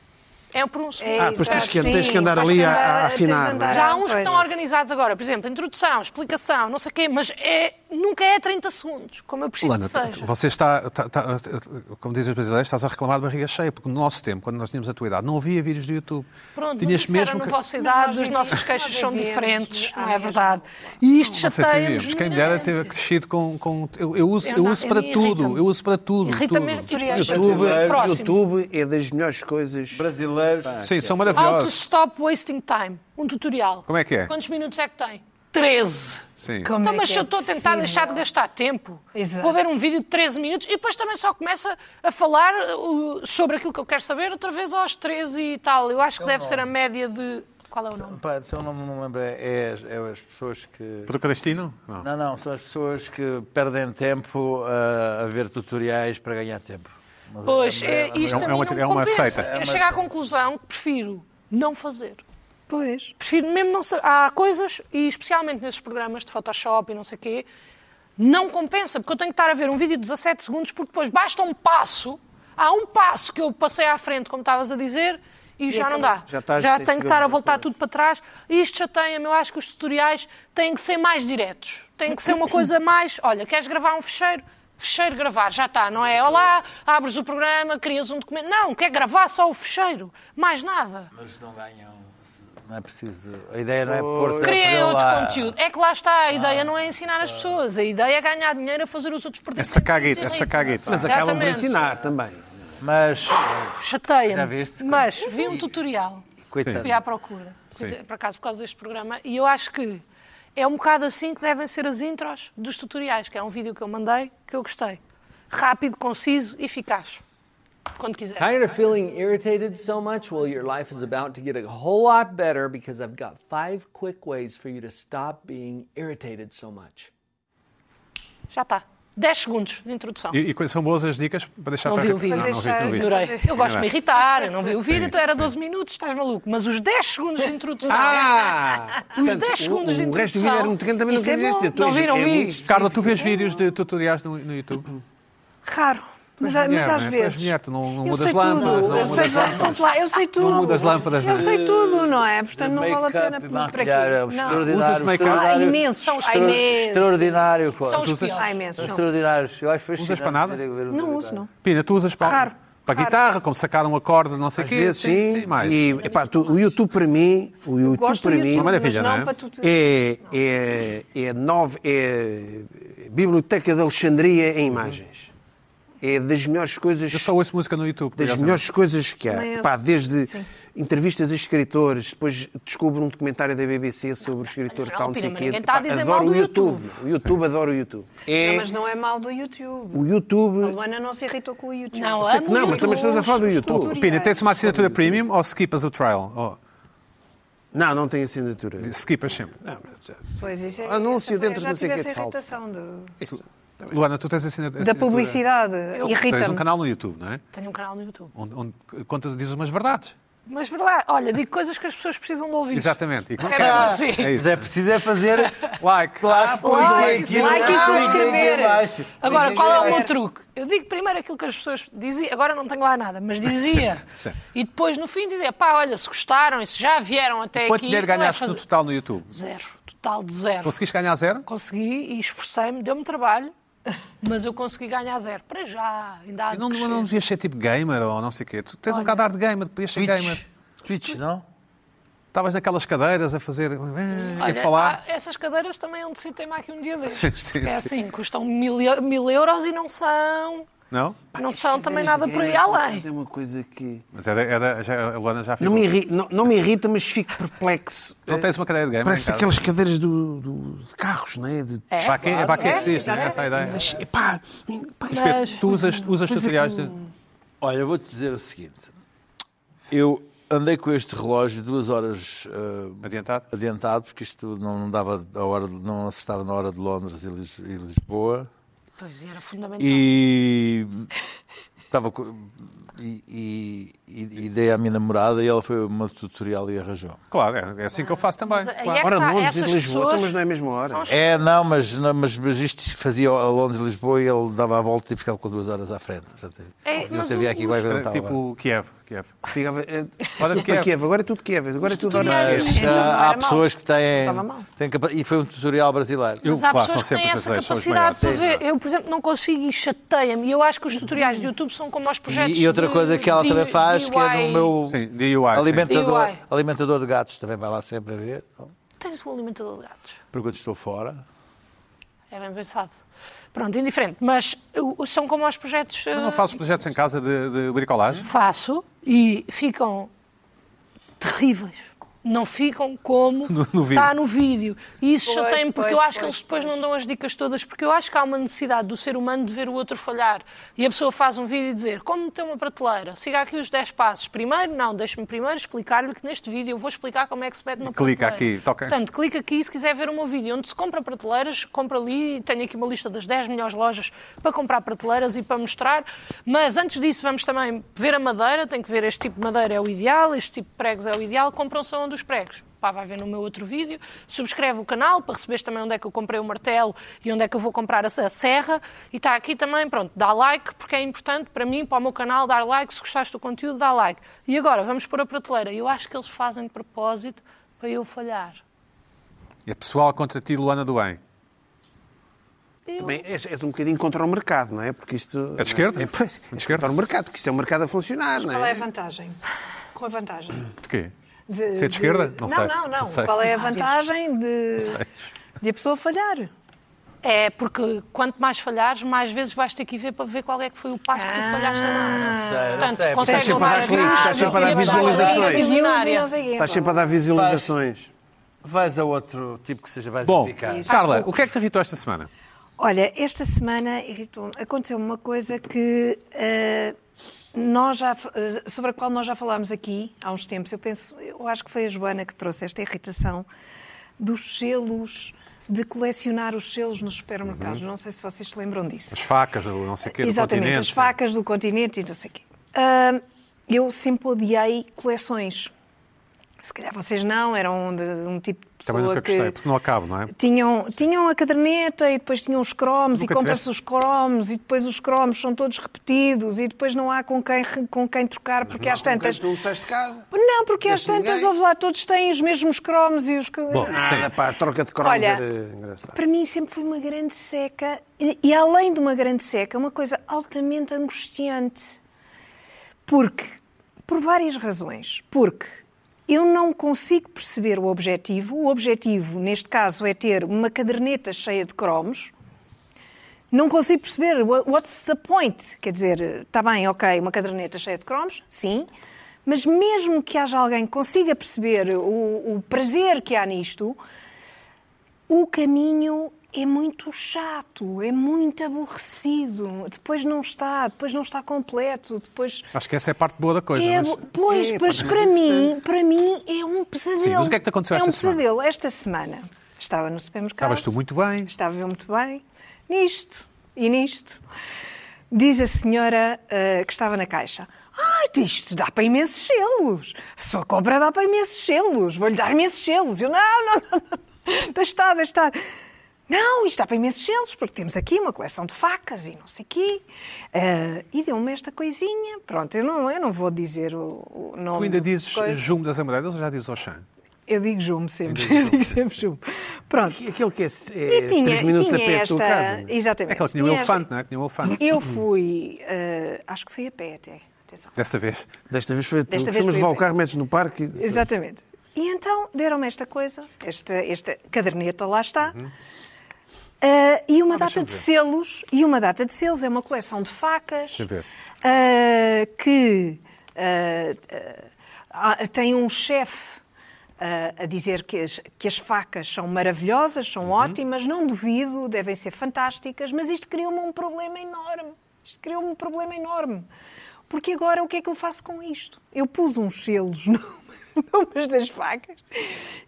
Speaker 5: É por um segundo.
Speaker 3: É,
Speaker 2: Ah, pois tens
Speaker 3: exato,
Speaker 2: que- tens
Speaker 3: sim,
Speaker 2: que andar
Speaker 3: vais
Speaker 2: ali
Speaker 3: ter
Speaker 2: a-
Speaker 3: andar-
Speaker 2: a
Speaker 3: tens de
Speaker 2: afinar,
Speaker 3: andar,
Speaker 2: não é?
Speaker 5: Já há uns que
Speaker 3: pois.
Speaker 5: estão organizados agora, por exemplo, introdução, explicação, não sei o quê, mas é, nunca é 30 segundos, como eu preciso
Speaker 1: Lana,
Speaker 5: que seja.
Speaker 1: você está, está- está- como dizem os brasileiros, estás a reclamar de barriga cheia, porque no nosso tempo, quando nós tínhamos a tua idade, não havia vídeos do YouTube.
Speaker 5: Pronto,
Speaker 1: Tinhas
Speaker 5: mas isso era
Speaker 1: mesmo
Speaker 5: na
Speaker 1: que...
Speaker 5: vossa
Speaker 3: Nós
Speaker 5: idade, os
Speaker 3: vivíamos-
Speaker 5: nossos queixos
Speaker 3: nós
Speaker 5: são
Speaker 3: vivíamos
Speaker 5: diferentes,
Speaker 3: à
Speaker 5: não é
Speaker 3: mesma
Speaker 5: verdade? E isto
Speaker 1: Não sei se
Speaker 5: chateia-nos.
Speaker 1: vivíamos. Quem me dera ter
Speaker 5: minimamente.
Speaker 1: crescido com. com- eu, eu uso,
Speaker 5: Eu
Speaker 1: eu
Speaker 5: não,
Speaker 1: uso
Speaker 5: a
Speaker 1: para
Speaker 5: mim
Speaker 1: tudo.
Speaker 5: irrita-me.
Speaker 1: Eu uso para tudo.
Speaker 5: Irrita-me
Speaker 1: tudo.
Speaker 5: os tutoriais.
Speaker 2: YouTube,
Speaker 5: um Próximo.
Speaker 2: YouTube é das melhores coisas.
Speaker 6: Brasileiros.
Speaker 1: Sim, são
Speaker 5: How to
Speaker 1: maravilhosos.
Speaker 5: stop wasting time. Um tutorial.
Speaker 1: é Como é que é?
Speaker 5: Quantos minutos é que tem? 13.
Speaker 1: Sim.
Speaker 3: Como
Speaker 5: Então,
Speaker 3: é
Speaker 5: mas
Speaker 3: que
Speaker 5: se
Speaker 3: é
Speaker 5: eu estou a tentar
Speaker 3: possível?
Speaker 5: deixar de gastar tempo,
Speaker 3: Exato.
Speaker 5: vou ver um vídeo de 13 minutos e depois também só começa a falar uh, sobre aquilo que eu quero saber outra vez aos 13 e tal. Eu acho que deve ser a média de. Qual é o nome?
Speaker 6: Pá, se eu não me lembro, é, é as pessoas que.
Speaker 1: Procrastino? Não.
Speaker 6: Não, não, são as pessoas que perdem tempo ah, a ver tutoriais para ganhar tempo. Mas
Speaker 5: Pois,
Speaker 6: é-
Speaker 5: é, isto
Speaker 1: é
Speaker 5: a
Speaker 1: uma-
Speaker 5: mim não
Speaker 1: é
Speaker 5: me
Speaker 1: uma
Speaker 5: compensa.
Speaker 1: seita.
Speaker 5: É chegar à conclusão que prefiro não fazer.
Speaker 3: Pois.
Speaker 5: Prefiro mesmo não sa- Há coisas, e especialmente nesses programas de Photoshop e não sei o quê, não compensa, porque eu tenho que estar a ver um vídeo de 17 segundos, porque depois basta um passo, há um passo que eu passei à frente, como estavas a dizer, e, já não dá.
Speaker 2: Já estás- tens
Speaker 5: tenho
Speaker 2: que
Speaker 5: que
Speaker 2: ver
Speaker 5: estar a
Speaker 2: outras
Speaker 5: voltar tudo para trás. E isto já tem, eu acho que os tutoriais têm que ser mais diretos. Tem que ser uma coisa mais. Olha, queres gravar um fecheiro? Fecheiro gravar, já está, não é? Olá, abres o programa, crias um documento. Não, quer gravar só o fecheiro, mais nada.
Speaker 6: Mas não ganham. Não é preciso. A ideia não é pôr.
Speaker 5: Criem
Speaker 6: pôr
Speaker 5: outro
Speaker 6: lá-
Speaker 5: conteúdo. É que lá está, a ideia não é ensinar as pessoas, a ideia é ganhar dinheiro a fazer os outros perderem.
Speaker 1: É sacar
Speaker 5: tempo e
Speaker 1: guita, é
Speaker 5: ser
Speaker 1: sacar
Speaker 5: ricos.
Speaker 1: guita.
Speaker 2: Mas acabam por
Speaker 5: Exatamente.
Speaker 2: ensinar também.
Speaker 6: Mas, Já
Speaker 5: Chateia-me.
Speaker 6: viste?
Speaker 5: Mas vi um tutorial,
Speaker 6: coitado.
Speaker 5: fui à procura, por acaso por causa deste programa, e eu acho que é um bocado assim que devem ser as intros dos tutoriais, que é um vídeo que eu mandei que eu gostei. Rápido, conciso, eficaz. Quando quiser.
Speaker 7: Tired of feeling irritated so much? Well, your life is about to get a whole lot better because I've got five quick ways for you to stop being irritated so much.
Speaker 5: Já está. 10 segundos de introdução.
Speaker 1: E, e quais são boas as dicas para deixar
Speaker 5: Não
Speaker 1: para
Speaker 5: vi o vídeo.
Speaker 1: Não, não vi, não vi.
Speaker 5: Ignorei. Eu gosto de me irritar, eu não vi o vídeo,
Speaker 1: Sim,
Speaker 5: então era
Speaker 1: sim.
Speaker 5: 12 minutos, estás maluco. Mas os 10 segundos de introdução.
Speaker 2: Ah!
Speaker 5: Os
Speaker 2: Portanto,
Speaker 5: 10
Speaker 2: o,
Speaker 5: segundos de
Speaker 2: o
Speaker 5: introdução.
Speaker 2: resto do vídeo era um terreno, também não
Speaker 5: Isso é
Speaker 2: quer dizer
Speaker 5: bom.
Speaker 2: este. tu
Speaker 5: Não
Speaker 2: és-
Speaker 5: vi, não
Speaker 2: é
Speaker 5: vi.
Speaker 2: muito específico.
Speaker 1: Carla, tu vês vídeos de tutoriais no, no YouTube?
Speaker 3: Raro. Mas,
Speaker 1: és
Speaker 3: mas
Speaker 1: mulher,
Speaker 3: às
Speaker 1: não é? Tu és
Speaker 3: vezes.
Speaker 1: mulher, tu não- não
Speaker 3: eu
Speaker 1: mudas
Speaker 3: sei
Speaker 1: lâmpadas,
Speaker 3: tudo.
Speaker 1: não
Speaker 3: eu, sei,
Speaker 1: mudas lâmpadas.
Speaker 3: lá, eu sei tudo.
Speaker 1: mudas lâmpadas,
Speaker 3: Eu
Speaker 1: não.
Speaker 3: sei tudo, não é? Portanto, não vale a
Speaker 6: Make-up,
Speaker 3: pena pedir para
Speaker 6: maquilhar, é
Speaker 3: aqui. Não.
Speaker 6: extraordinário,
Speaker 1: Usas make-up?
Speaker 3: Há
Speaker 6: extraordinário,
Speaker 3: imensos. Há
Speaker 6: extra-
Speaker 3: imensos.
Speaker 6: Extraordinário, pô.
Speaker 5: São os
Speaker 1: usas-
Speaker 5: piores.
Speaker 3: Há imensos. não.
Speaker 6: Extraordinários. Eu acho fascinante
Speaker 1: Usas para nada?
Speaker 6: ver- ver um
Speaker 3: Não uso,
Speaker 6: documentário.
Speaker 3: não.
Speaker 1: Pina, tu usas para,
Speaker 3: Raro,
Speaker 1: para
Speaker 3: raro.
Speaker 1: guitarra, como sacar um acorde, não sei o
Speaker 2: Às
Speaker 1: quê?
Speaker 2: vezes
Speaker 1: Sim,
Speaker 2: assim, sim.
Speaker 1: sim, mais.
Speaker 2: E, epá, tu- o YouTube para mim, o YouTube
Speaker 3: Gosto
Speaker 2: para
Speaker 3: do
Speaker 2: mim
Speaker 3: YouTube, mas
Speaker 1: maravilha, não é?
Speaker 3: não para tu.
Speaker 2: é, é, é, nove, é Biblioteca de Alexandria em imagens. É das melhores coisas
Speaker 1: Eu só ouço música no YouTube.
Speaker 2: das
Speaker 1: curiosamente.
Speaker 2: melhores coisas que há.
Speaker 3: Também eu-
Speaker 2: Pá, desde
Speaker 3: Sim.
Speaker 2: entrevistas a escritores, depois descubro um documentário da BBC sobre o escritor
Speaker 5: não,
Speaker 2: tal, não
Speaker 5: Pina,
Speaker 2: sei o
Speaker 5: mas
Speaker 2: quê.
Speaker 5: ninguém está a
Speaker 2: Pá,
Speaker 5: dizer
Speaker 2: adoro
Speaker 5: mal do
Speaker 2: o YouTube. O YouTube, adoro o YouTube.
Speaker 3: Não,
Speaker 2: É,
Speaker 3: Mas não é mal do YouTube.
Speaker 2: o
Speaker 3: A
Speaker 2: YouTube...
Speaker 3: Luana não se irritou com o YouTube.
Speaker 5: Não,
Speaker 3: Eu
Speaker 5: amo
Speaker 3: sei que
Speaker 5: o
Speaker 2: Não, mas também estamos a falar do
Speaker 3: os
Speaker 2: YouTube.
Speaker 3: tutoriais.
Speaker 5: é.
Speaker 1: Pina, tens uma assinatura premium ou skipas o trial? Ou
Speaker 2: Não, não tem assim assinatura.
Speaker 1: skipas sempre.
Speaker 2: Não, mas-
Speaker 3: Pois isso é.
Speaker 2: Anúncio
Speaker 3: essa foi-
Speaker 2: dentro
Speaker 3: já
Speaker 2: de não sei
Speaker 3: tive
Speaker 2: que é de
Speaker 3: essa
Speaker 2: salto.
Speaker 3: irritação do-
Speaker 2: Isso. Tá bem.
Speaker 1: Luana, tu tens assina-
Speaker 3: da
Speaker 1: assinatura?
Speaker 3: publicidade.
Speaker 1: Tens um
Speaker 3: Irrita-me.
Speaker 1: canal no YouTube, não é?
Speaker 5: Tenho um canal no YouTube.
Speaker 1: Onde, onde contas, dizes umas verdades.
Speaker 5: Mas verdade, olha, digo coisas que as pessoas precisam de ouvir.
Speaker 1: Exatamente. E que não
Speaker 5: É
Speaker 4: Ah,
Speaker 1: querem.
Speaker 5: mesmo assim.
Speaker 1: É
Speaker 6: Mas
Speaker 1: isso.
Speaker 6: é preciso é fazer.
Speaker 1: Like.
Speaker 6: Claro, pois
Speaker 5: Ah, like,
Speaker 6: é aquilo.
Speaker 5: like e
Speaker 6: Ah, ninguém
Speaker 5: subscrever.
Speaker 6: diz abaixo.
Speaker 5: Agora,
Speaker 6: Ninguém
Speaker 5: qual é o
Speaker 6: diz
Speaker 5: meu
Speaker 6: abaixo.
Speaker 5: truque? Eu digo primeiro aquilo que as pessoas diziam, agora não tenho lá nada, mas dizia.
Speaker 1: Sim, sim.
Speaker 5: E depois, no fim, dizia, pá, olha, se gostaram e se já vieram até
Speaker 1: Quanto
Speaker 5: aqui...
Speaker 1: dinheiro
Speaker 5: não é
Speaker 1: ganhaste no
Speaker 5: fazer-
Speaker 1: total no YouTube?
Speaker 5: Zero. Total de zero.
Speaker 1: Conseguiste ganhar zero?
Speaker 5: Consegui e esforcei-me, deu-me trabalho, mas eu consegui ganhar zero. Para já, ainda há
Speaker 1: E
Speaker 5: de
Speaker 1: Não, não,
Speaker 5: crescer.
Speaker 1: não devias ser tipo gamer ou não sei o quê. Tu tens um cadar de gamer, podias ser gamer.
Speaker 6: Twitch, não?
Speaker 1: Estavas naquelas cadeiras a fazer. eh,
Speaker 5: Olha, ah,
Speaker 1: a falar.
Speaker 5: há- essas cadeiras também é um de si tem aqui um dia destes.
Speaker 1: Sim, sim,
Speaker 5: Porque é
Speaker 1: sim.
Speaker 5: assim, custam mil, eu- mil euros e não são...
Speaker 1: Não?
Speaker 5: Não
Speaker 6: é
Speaker 5: são também
Speaker 2: Cadeiras
Speaker 5: nada
Speaker 2: de
Speaker 5: por aí
Speaker 2: gamer, por
Speaker 5: além.
Speaker 2: acaso, É uma coisa que.
Speaker 1: Mas é era, era- já, a Luana já ficou.
Speaker 2: Não me, irri- não- não me irrita, mas fico perplexo.
Speaker 1: Não tens uma cadeira de gamer?
Speaker 2: Parece
Speaker 1: em casa?
Speaker 2: aquelas cadeiras do, do- de carros, não é? De,
Speaker 5: É,
Speaker 1: Para quem é, para quem
Speaker 5: claro.
Speaker 1: existe, não é? essa a ideia.
Speaker 2: Mas, epá, pá,
Speaker 1: Mas, Pedro,
Speaker 5: Mas-
Speaker 1: tu usas, usas tutoriais de.
Speaker 6: Olha, eu vou-te dizer o seguinte. Eu andei com este relógio duas horas ah,
Speaker 1: Adiantado?
Speaker 6: adiantado, porque isto não, dava a hora, de- não acertava na hora de Londres e Lis- e Lisboa.
Speaker 5: Pois era fundamental.
Speaker 6: E estava co- e, e- e- e dei à minha namorada e ela foi uma tutorial e arranjou.
Speaker 1: Claro, é, é assim que eu faço também.
Speaker 5: Mas aí
Speaker 1: claro.
Speaker 5: é que
Speaker 2: Ora,
Speaker 5: tá,
Speaker 2: Londres e
Speaker 5: essas
Speaker 2: de Lisboa,
Speaker 5: pessoas
Speaker 2: então, mas não é a mesma hora.
Speaker 5: são-
Speaker 6: É, não, mas, não, mas, mas isto fazia a Londres e Lisboa e ele dava a volta e ficava com duas horas à frente. Portanto,
Speaker 5: É,
Speaker 6: não
Speaker 5: mas
Speaker 6: sabia
Speaker 5: o-
Speaker 6: aqui quais
Speaker 1: Era
Speaker 6: eram tipo...
Speaker 2: Tá
Speaker 1: Tipo Kiev. Kiev.
Speaker 2: Ficava, é,
Speaker 1: Ora,
Speaker 2: tudo para
Speaker 1: Kiev.
Speaker 2: Kiev, agora é tudo Kiev, agora é tudo hora de
Speaker 5: tutoriais.
Speaker 2: Kiev.
Speaker 5: Então, não era
Speaker 6: há
Speaker 5: mau.
Speaker 6: pessoas que têm,
Speaker 5: Estava mal.
Speaker 6: têm capa- E foi um tutorial brasileiro.
Speaker 1: Eu,
Speaker 5: Mas há
Speaker 1: claro, são
Speaker 5: pessoas que
Speaker 1: sempre
Speaker 5: têm
Speaker 1: as
Speaker 5: essa
Speaker 1: brasileiras, são as
Speaker 5: capacidade para
Speaker 1: maiores.
Speaker 5: ver. Eu, por exemplo, não consigo e chateia-me. E eu acho que os tutoriais do YouTube são como os projetos
Speaker 6: E, e outra
Speaker 5: de-
Speaker 6: coisa que ela
Speaker 5: de-
Speaker 6: também faz, que é
Speaker 5: DIY.
Speaker 6: no meu
Speaker 1: Sim, DIY. sim.
Speaker 6: alimentador,
Speaker 5: DIY.
Speaker 6: alimentador de gatos, também vai lá sempre a ver. Então,
Speaker 5: Tens um alimentador de gatos.
Speaker 6: Porque quando estou fora.
Speaker 5: É bem pensado. Pronto, indiferente. Mas eu- são como os projetos...
Speaker 1: Eu
Speaker 5: eh,
Speaker 1: Não faço projetos em casa de, de bricolagem.
Speaker 5: Faço e ficam terríveis. Não ficam como
Speaker 1: No- no vídeo.
Speaker 5: está no vídeo. E isso
Speaker 3: Pois,
Speaker 5: já tem, porque
Speaker 3: pois,
Speaker 5: eu acho que
Speaker 3: pois,
Speaker 5: eles depois não dão as dicas todas, porque eu acho que há uma necessidade do ser humano de ver o outro falhar. E a pessoa faz um vídeo e dizer, como meter uma prateleira? Siga aqui os 10 passos. Primeiro, não, deixe-me primeiro explicar-lhe que neste vídeo eu vou explicar como é que se mete uma
Speaker 1: Clica
Speaker 5: prateleira.
Speaker 1: aqui, toca.
Speaker 5: Portanto, clica aqui se quiser ver o meu vídeo. Onde se compra prateleiras, compra ali. Tenho aqui uma lista das 10 melhores lojas para comprar prateleiras e para mostrar. Mas antes disso, vamos também ver a madeira. Tem que ver este tipo de madeira é o ideal, este tipo de pregos é o ideal. Compram só onde os pregos. Pá, vai ver no meu outro vídeo. Subscreve o canal para receberes também onde é que eu comprei o martelo e onde é que eu vou comprar a a serra. E está aqui também, pronto, dá like, porque é importante para mim, para o meu canal, dar like. Se gostaste do conteúdo, dá like. E agora, vamos pôr a prateleira. Eu acho que eles fazem de propósito para eu falhar.
Speaker 1: É pessoal contra ti, Luana do Bem.
Speaker 2: Também és, és um bocadinho contra o mercado, não é? Porque isto.
Speaker 1: É de esquerda?
Speaker 2: É,
Speaker 1: É
Speaker 2: pois,
Speaker 1: de
Speaker 2: és
Speaker 1: esquerda.
Speaker 2: contra o mercado, porque isto é um mercado a funcionar, não
Speaker 3: Qual é a
Speaker 2: é?
Speaker 3: vantagem? Qual é a vantagem?
Speaker 1: De quê?
Speaker 3: De-
Speaker 1: Ser de esquerda? Não
Speaker 3: Não,
Speaker 1: sei.
Speaker 3: não, não.
Speaker 1: Não sei.
Speaker 3: Qual é a vantagem de, de a pessoa falhar?
Speaker 5: É, porque quanto mais falhares, mais vezes vais ter que ir ver para ver qual é que foi o passo que tu falhaste a mais. Portanto,
Speaker 6: sei,
Speaker 5: consegues
Speaker 2: Estás sempre a
Speaker 5: levar
Speaker 2: dar
Speaker 5: a
Speaker 2: cliques, estás
Speaker 5: viagem,
Speaker 2: sempre a dar
Speaker 5: consegues levar a
Speaker 2: visualizações.
Speaker 5: viagem milionária.
Speaker 2: Estás sempre a dar visualizações.
Speaker 6: Vais a outro tipo que seja mais
Speaker 1: Bom,
Speaker 6: eficaz.
Speaker 1: Carla, o que é que te irritou esta semana?
Speaker 3: Olha, esta semana irritou-me. aconteceu uma coisa que eh, nós já fa- eh, sobre a qual nós já falámos aqui há uns tempos. Eu penso, eu acho que foi a Joana que trouxe esta irritação dos selos de colecionar os selos nos supermercados. Não sei se vocês se lembram disso.
Speaker 1: Uhum. As facas, o não sei o quê, do
Speaker 3: Exatamente,
Speaker 1: continente.
Speaker 3: as facas do continente e não sei o quê. Ah, eu sempre odiei coleções. Se calhar vocês não, eram de, de um tipo de pessoa
Speaker 1: Também nunca gostei,
Speaker 3: que
Speaker 1: porque não acabo, não é?
Speaker 3: tinham, tinham a caderneta e depois tinham os cromos
Speaker 1: Nunca
Speaker 3: e compra-se os cromos e depois os cromos são todos repetidos e depois não há com quem, re- com quem trocar porque às tantas...
Speaker 2: Tu sais de casa.
Speaker 3: Não, porque às
Speaker 2: Conhece
Speaker 3: tantas,
Speaker 2: ninguém?
Speaker 3: ouve lá, todos têm os mesmos cromos e os... que- Ah,
Speaker 1: Bom,
Speaker 2: Nada,
Speaker 1: sim.
Speaker 2: pá, a troca de cromos
Speaker 3: Olha,
Speaker 2: era engraçado.
Speaker 3: para mim sempre foi uma grande seca e, e além de uma grande seca, uma coisa altamente angustiante. Porque, por várias razões, porque eu não consigo perceber o objetivo. O objetivo, neste caso, é ter uma caderneta cheia de cromos. Não consigo perceber. wha- What's the point? Quer dizer, está bem, ok, uma caderneta cheia de cromos, sim. Mas mesmo que haja alguém que consiga perceber o- o prazer que há nisto, o caminho é muito chato, é muito aborrecido. Depois não está, depois não está completo, depois.
Speaker 1: Acho que essa é a parte boa da coisa.
Speaker 3: É,
Speaker 1: mas-
Speaker 3: abo- pois,
Speaker 2: É,
Speaker 3: pois
Speaker 2: pá, mas
Speaker 3: para
Speaker 2: é
Speaker 3: mim, para mim é um pesadelo.
Speaker 1: Sim, mas o que é que te aconteceu
Speaker 3: É um
Speaker 1: esta semana?
Speaker 3: pesadelo. Esta semana estava no supermercado.
Speaker 1: Estavas tu muito bem.
Speaker 3: Estava eu muito bem. Nisto e nisto. Diz a senhora ah, que estava na caixa. Ai, isto dá para imensos selos. Só compra dá para imensos selos. Vou-lhe dar imensos selos. Eu, não, não, não, não. Deixa estar, deixa estar. Não, isto dá para imensos selos, porque temos aqui uma coleção de facas e não sei quê. Ah, e deu-me esta coisinha. Pronto, eu não, eu não vou dizer o, o nome.
Speaker 1: Tu ainda
Speaker 3: do
Speaker 1: dizes
Speaker 3: coisa.
Speaker 1: Jume das Amoreiras ou já dizes Oxan?
Speaker 3: Eu digo jume sempre. Eu digo sempre jume. Pronto.
Speaker 2: Aquele que é,
Speaker 3: E
Speaker 2: é
Speaker 3: tinha,
Speaker 2: 3 minutos
Speaker 3: tinha
Speaker 2: a pé da
Speaker 3: esta...
Speaker 2: tua casa.
Speaker 3: Exatamente.
Speaker 1: É que ela tinha um
Speaker 3: esta-
Speaker 1: elefante, não é? Tinha um elefante.
Speaker 3: Eu fui, eh, acho que fui a pé até. Atenção.
Speaker 1: Dessa vez.
Speaker 2: Desta vez foi tu.
Speaker 3: Desta vez
Speaker 2: Costumas
Speaker 3: foi
Speaker 2: levar
Speaker 3: eu.
Speaker 2: o carro, metes no parque. e-
Speaker 3: Exatamente. E então deram-me esta coisa, esta, esta caderneta, lá está.
Speaker 1: Uhum.
Speaker 3: Eh, e
Speaker 1: Ah,
Speaker 3: uma data de selos, e uma data de selos, é uma coleção de facas
Speaker 1: eu ver.
Speaker 3: eh, que eh, eh, há- tem um chefe eh, a dizer que as, que as facas são maravilhosas,
Speaker 1: Uhum.
Speaker 3: são ótimas, não duvido, devem ser fantásticas, mas isto criou-me um problema enorme. Isto criou-me um problema enorme. Porque agora o que é que eu faço com isto? Eu pus uns selos no- numas das facas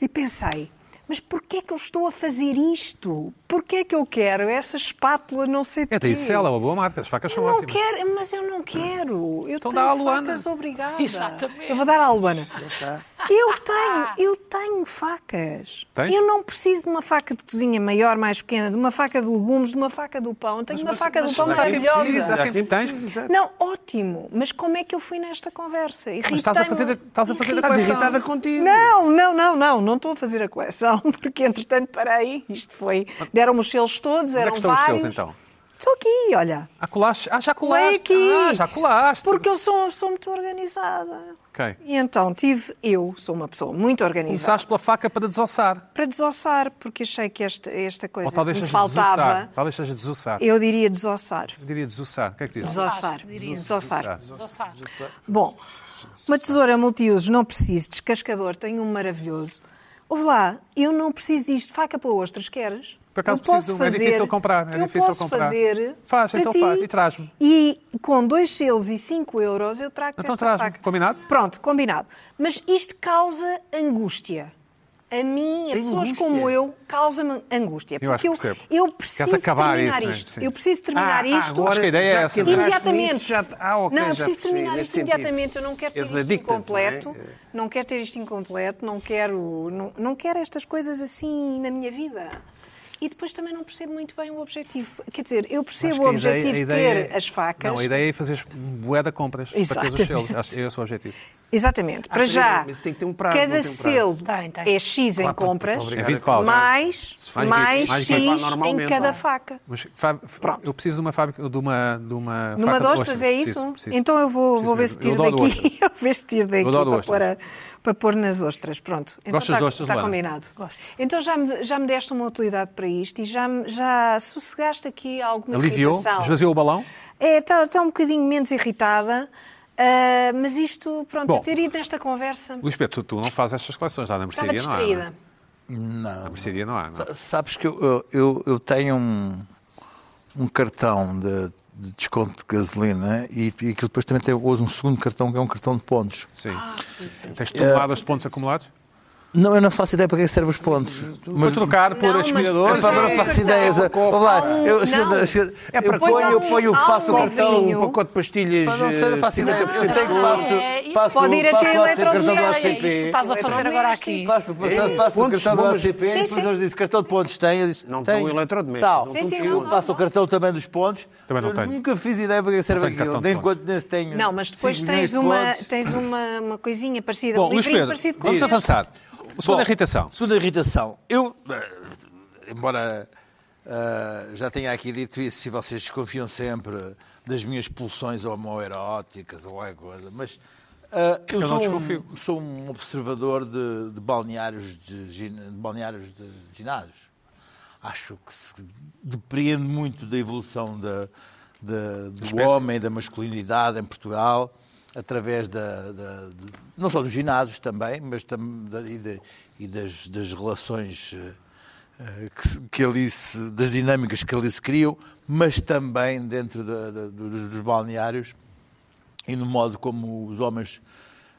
Speaker 3: e pensei, mas porquê é que eu estou a fazer isto? Porquê é que eu quero essa espátula não sei de
Speaker 1: É,
Speaker 3: quê?
Speaker 1: tem Sela, uma boa marca. As facas
Speaker 3: Eu
Speaker 1: são
Speaker 3: não
Speaker 1: ótimas.
Speaker 3: quero, mas eu não quero. Eu
Speaker 1: Então
Speaker 3: tenho
Speaker 1: dá à Luana.
Speaker 3: facas, obrigada.
Speaker 5: Exatamente.
Speaker 3: Eu vou dar à Luana.
Speaker 2: está.
Speaker 3: Eu tenho, eu tenho facas.
Speaker 1: Tens?
Speaker 3: Eu não preciso de uma faca de cozinha maior, mais pequena, de uma faca de legumes, de uma faca do pão. Eu Tenho uma faca do pão
Speaker 2: Há quem
Speaker 3: maravilhosa.
Speaker 2: precise, há
Speaker 1: Quem
Speaker 2: quem
Speaker 1: tens?
Speaker 2: precise, exato.
Speaker 3: Não, ótimo. Mas como é que eu fui nesta conversa?
Speaker 1: Ah, Mas estás a fazer da- estás a fazer da
Speaker 2: Estás
Speaker 1: Coleção.
Speaker 2: irritada contigo.
Speaker 3: Não, não, não, não. Não estou a fazer a coleção, porque entretanto, parei. Isto foi. Deram-me os selos todos,
Speaker 1: é que
Speaker 3: eram
Speaker 1: estão os
Speaker 3: vários.
Speaker 1: selos, então?
Speaker 3: Estou aqui, olha.
Speaker 1: Ah, colaste? Ah, já
Speaker 3: Foi
Speaker 1: colaste.
Speaker 3: aqui.
Speaker 1: Ah, já colaste.
Speaker 3: Porque eu sou uma pessoa muito organizada.
Speaker 1: Ok.
Speaker 3: E então tive, eu sou uma pessoa muito organizada,
Speaker 1: Começaste pela faca para desossar.
Speaker 3: para desossar, porque achei que esta, esta coisa
Speaker 1: Ou talvez
Speaker 3: que é, me
Speaker 1: seja
Speaker 3: faltava,
Speaker 1: desossar. Talvez seja desossar.
Speaker 3: eu diria desossar.
Speaker 1: Eu diria desossar. O que é que dizes?
Speaker 3: Desossar, desossar.
Speaker 5: Desossar.
Speaker 3: Bom, uma tesoura multiusos, não preciso, descascador, tenho um maravilhoso. Ouve lá, eu não preciso disto, faca para ostras, queres?
Speaker 1: Por acaso
Speaker 3: eu
Speaker 1: preciso de um,
Speaker 3: posso
Speaker 1: é
Speaker 3: fazer,
Speaker 1: difícil comprar, é
Speaker 3: eu
Speaker 1: difícil
Speaker 3: posso
Speaker 1: comprar.
Speaker 3: fazer
Speaker 1: Faz,
Speaker 3: para
Speaker 1: então
Speaker 3: ti.
Speaker 1: faz, e traz-me.
Speaker 3: E com dois selos e cinco euros eu trago
Speaker 1: Então
Speaker 3: esta
Speaker 1: traz-me,
Speaker 3: faca.
Speaker 1: combinado?
Speaker 3: Pronto, combinado. Mas isto causa angústia. A mim, a pessoas
Speaker 2: angústia?
Speaker 3: como eu, causa-me angústia.
Speaker 1: Eu acho que
Speaker 3: porque eu,
Speaker 1: percebo.
Speaker 3: eu preciso
Speaker 1: acabar
Speaker 3: terminar
Speaker 1: isso, né?
Speaker 3: isto.
Speaker 1: Sim.
Speaker 3: Eu preciso terminar
Speaker 2: Ah,
Speaker 3: isto.
Speaker 2: agora,
Speaker 1: Acho que a ideia é
Speaker 2: já
Speaker 1: essa.
Speaker 2: entraste
Speaker 3: Imediatamente.
Speaker 2: nisso, já- ah, ok,
Speaker 3: não, eu
Speaker 2: já
Speaker 3: preciso
Speaker 2: percebi,
Speaker 3: terminar
Speaker 2: nesse
Speaker 3: isto
Speaker 2: sentido.
Speaker 3: imediatamente. Eu não quero ter
Speaker 2: És
Speaker 3: isto
Speaker 2: addicted,
Speaker 3: incompleto.
Speaker 2: não é?
Speaker 3: Não quero ter isto incompleto. Não quero, não, não quero estas coisas assim na minha vida. E depois também não percebo muito bem o objetivo. Quer dizer, eu percebo o
Speaker 1: Acho que a
Speaker 3: objetivo
Speaker 1: ideia-
Speaker 3: de
Speaker 1: a ideia
Speaker 3: ter
Speaker 1: é-
Speaker 3: as facas.
Speaker 1: Não, a ideia é fazeres bué de compras para teres os
Speaker 3: Exatamente.
Speaker 1: selos. Acho que esse é o objetivo.
Speaker 3: Exatamente. Para
Speaker 2: peraí,
Speaker 3: já,
Speaker 2: mas Ah, tem que ter um prazo,
Speaker 3: cada
Speaker 2: não tem um prazo.
Speaker 3: selo
Speaker 5: Tem, tem.
Speaker 3: é X em
Speaker 2: Claro, para-
Speaker 3: compras,
Speaker 2: para
Speaker 1: É
Speaker 2: obrigar
Speaker 1: 20
Speaker 2: a-
Speaker 1: paus.
Speaker 3: mais,
Speaker 1: Mais
Speaker 3: mais,
Speaker 1: vinte, mais
Speaker 3: X
Speaker 1: vinte.
Speaker 2: Normalmente,
Speaker 3: em cada
Speaker 2: não é?
Speaker 3: faca.
Speaker 1: Mas, Fábio,
Speaker 3: Pronto.
Speaker 1: eu preciso de uma fábrica, de uma, de uma
Speaker 3: Numa
Speaker 1: faca
Speaker 3: de ostras, é isso?
Speaker 1: Preciso, preciso.
Speaker 3: Então eu vou,
Speaker 1: Preciso
Speaker 3: vou ver
Speaker 1: mesmo.
Speaker 3: se tiro
Speaker 1: Eu adoro
Speaker 3: daqui.
Speaker 1: ostras.
Speaker 3: Eu ver se tiro daqui
Speaker 1: Eu adoro
Speaker 3: para pôr,
Speaker 1: ostras.
Speaker 3: a- para pôr nas ostras. Pronto. Então
Speaker 1: Gostas
Speaker 3: tá-
Speaker 1: de ostras,
Speaker 3: tá
Speaker 1: Luana?
Speaker 3: combinado.
Speaker 5: Gosto.
Speaker 3: Então já me, já me deste uma utilidade para isto e já, me- já sossegaste aqui alguma
Speaker 1: Aliviou,
Speaker 3: irritação.
Speaker 1: esvaziou o balão.
Speaker 3: É, está um bocadinho menos irritada, ah, mas isto, pronto,
Speaker 1: Bom.
Speaker 3: eu ter ido nesta conversa.
Speaker 1: Luís Pedro, tu, tu não fazes estas coleções, já na
Speaker 3: Estava
Speaker 1: mercearia não há. não é?
Speaker 3: distraída.
Speaker 1: Na mercearia não há. Não. é?
Speaker 6: Sabes que eu, eu, eu- eu tenho um, um cartão de, de desconto de gasolina e, e que depois
Speaker 3: Ah,
Speaker 6: também tem hoje um segundo cartão que é um cartão de pontos.
Speaker 1: Sim. Tens toneladas de pontos acumulados?
Speaker 4: Não, eu não faço ideia para que servem os pontos.
Speaker 1: Para trocar por
Speaker 3: Não, mas-
Speaker 1: aspiradores.
Speaker 3: Mas
Speaker 4: Pá,
Speaker 3: é
Speaker 4: não faço
Speaker 3: cartão.
Speaker 4: ideias. Vamos lá. Eu, esquerda, esquerda,
Speaker 2: É para
Speaker 4: eu
Speaker 2: depois
Speaker 4: ponho,
Speaker 3: há
Speaker 4: eu
Speaker 3: um-
Speaker 4: ponho,
Speaker 3: há
Speaker 4: faço o
Speaker 3: um
Speaker 2: Cartão,
Speaker 4: cartão.
Speaker 3: vinho.
Speaker 2: um pacote de pastilhas.
Speaker 4: Mas não sei, não faço
Speaker 2: eh,
Speaker 4: ideia. Eu sei que
Speaker 5: não,
Speaker 4: passo,
Speaker 5: é isso.
Speaker 4: passo,
Speaker 3: Pode ir
Speaker 4: passo
Speaker 3: até
Speaker 4: o cartão do
Speaker 3: eletrodoméstico.
Speaker 4: ACP.
Speaker 5: Tu estás a fazer agora aqui.
Speaker 4: Passo, passo, passo o
Speaker 2: pontos,
Speaker 4: cartão do
Speaker 2: bombas.
Speaker 4: ACP
Speaker 2: Sim,
Speaker 4: e depois eles dizem cartão de pontos tem. Eu disse,
Speaker 2: Não
Speaker 4: tem.
Speaker 2: dão eletrodoméstico,
Speaker 4: Tal.
Speaker 2: não
Speaker 3: Sim, dão sim, desconto. não, não,
Speaker 4: Passo o
Speaker 3: não.
Speaker 4: cartão também dos pontos.
Speaker 1: Também não
Speaker 4: Eu
Speaker 1: tenho.
Speaker 4: Nunca fiz ideia para que serve
Speaker 1: tenho cartão
Speaker 4: aquilo.
Speaker 1: de
Speaker 4: Nem
Speaker 1: pontos.
Speaker 4: quando nem se tenho.
Speaker 3: Não, mas depois
Speaker 4: 5 milhões
Speaker 3: tens,
Speaker 4: de
Speaker 3: uma,
Speaker 4: pontos.
Speaker 3: tens uma, uma coisinha parecida.
Speaker 1: Bom,
Speaker 3: um
Speaker 1: Luís
Speaker 3: livrinho
Speaker 1: Pedro,
Speaker 3: parecido com
Speaker 1: vamos
Speaker 3: este.
Speaker 1: avançar. O segundo
Speaker 4: Bom,
Speaker 1: é irritação.
Speaker 4: Segunda irritação. Eu, eh, embora eh, já tenha aqui dito isso, se vocês desconfiam sempre das minhas pulsões homoeróticas ou qualquer coisa, mas eh, eu,
Speaker 1: Eu não
Speaker 4: sou,
Speaker 1: desconfio.
Speaker 4: um, sou um observador de, de balneários de, gin- de balneários de ginásios. Acho que se depreende muito da evolução da, da- do
Speaker 1: espécie.
Speaker 4: homem, da masculinidade em Portugal, através da, da- de- não só dos ginásios também, mas tam, da- e, da- e das, das relações eh, eh, que, se- que ali se, das dinâmicas que ali se criam, mas também dentro da- da- dos, dos balneários e no modo como os homens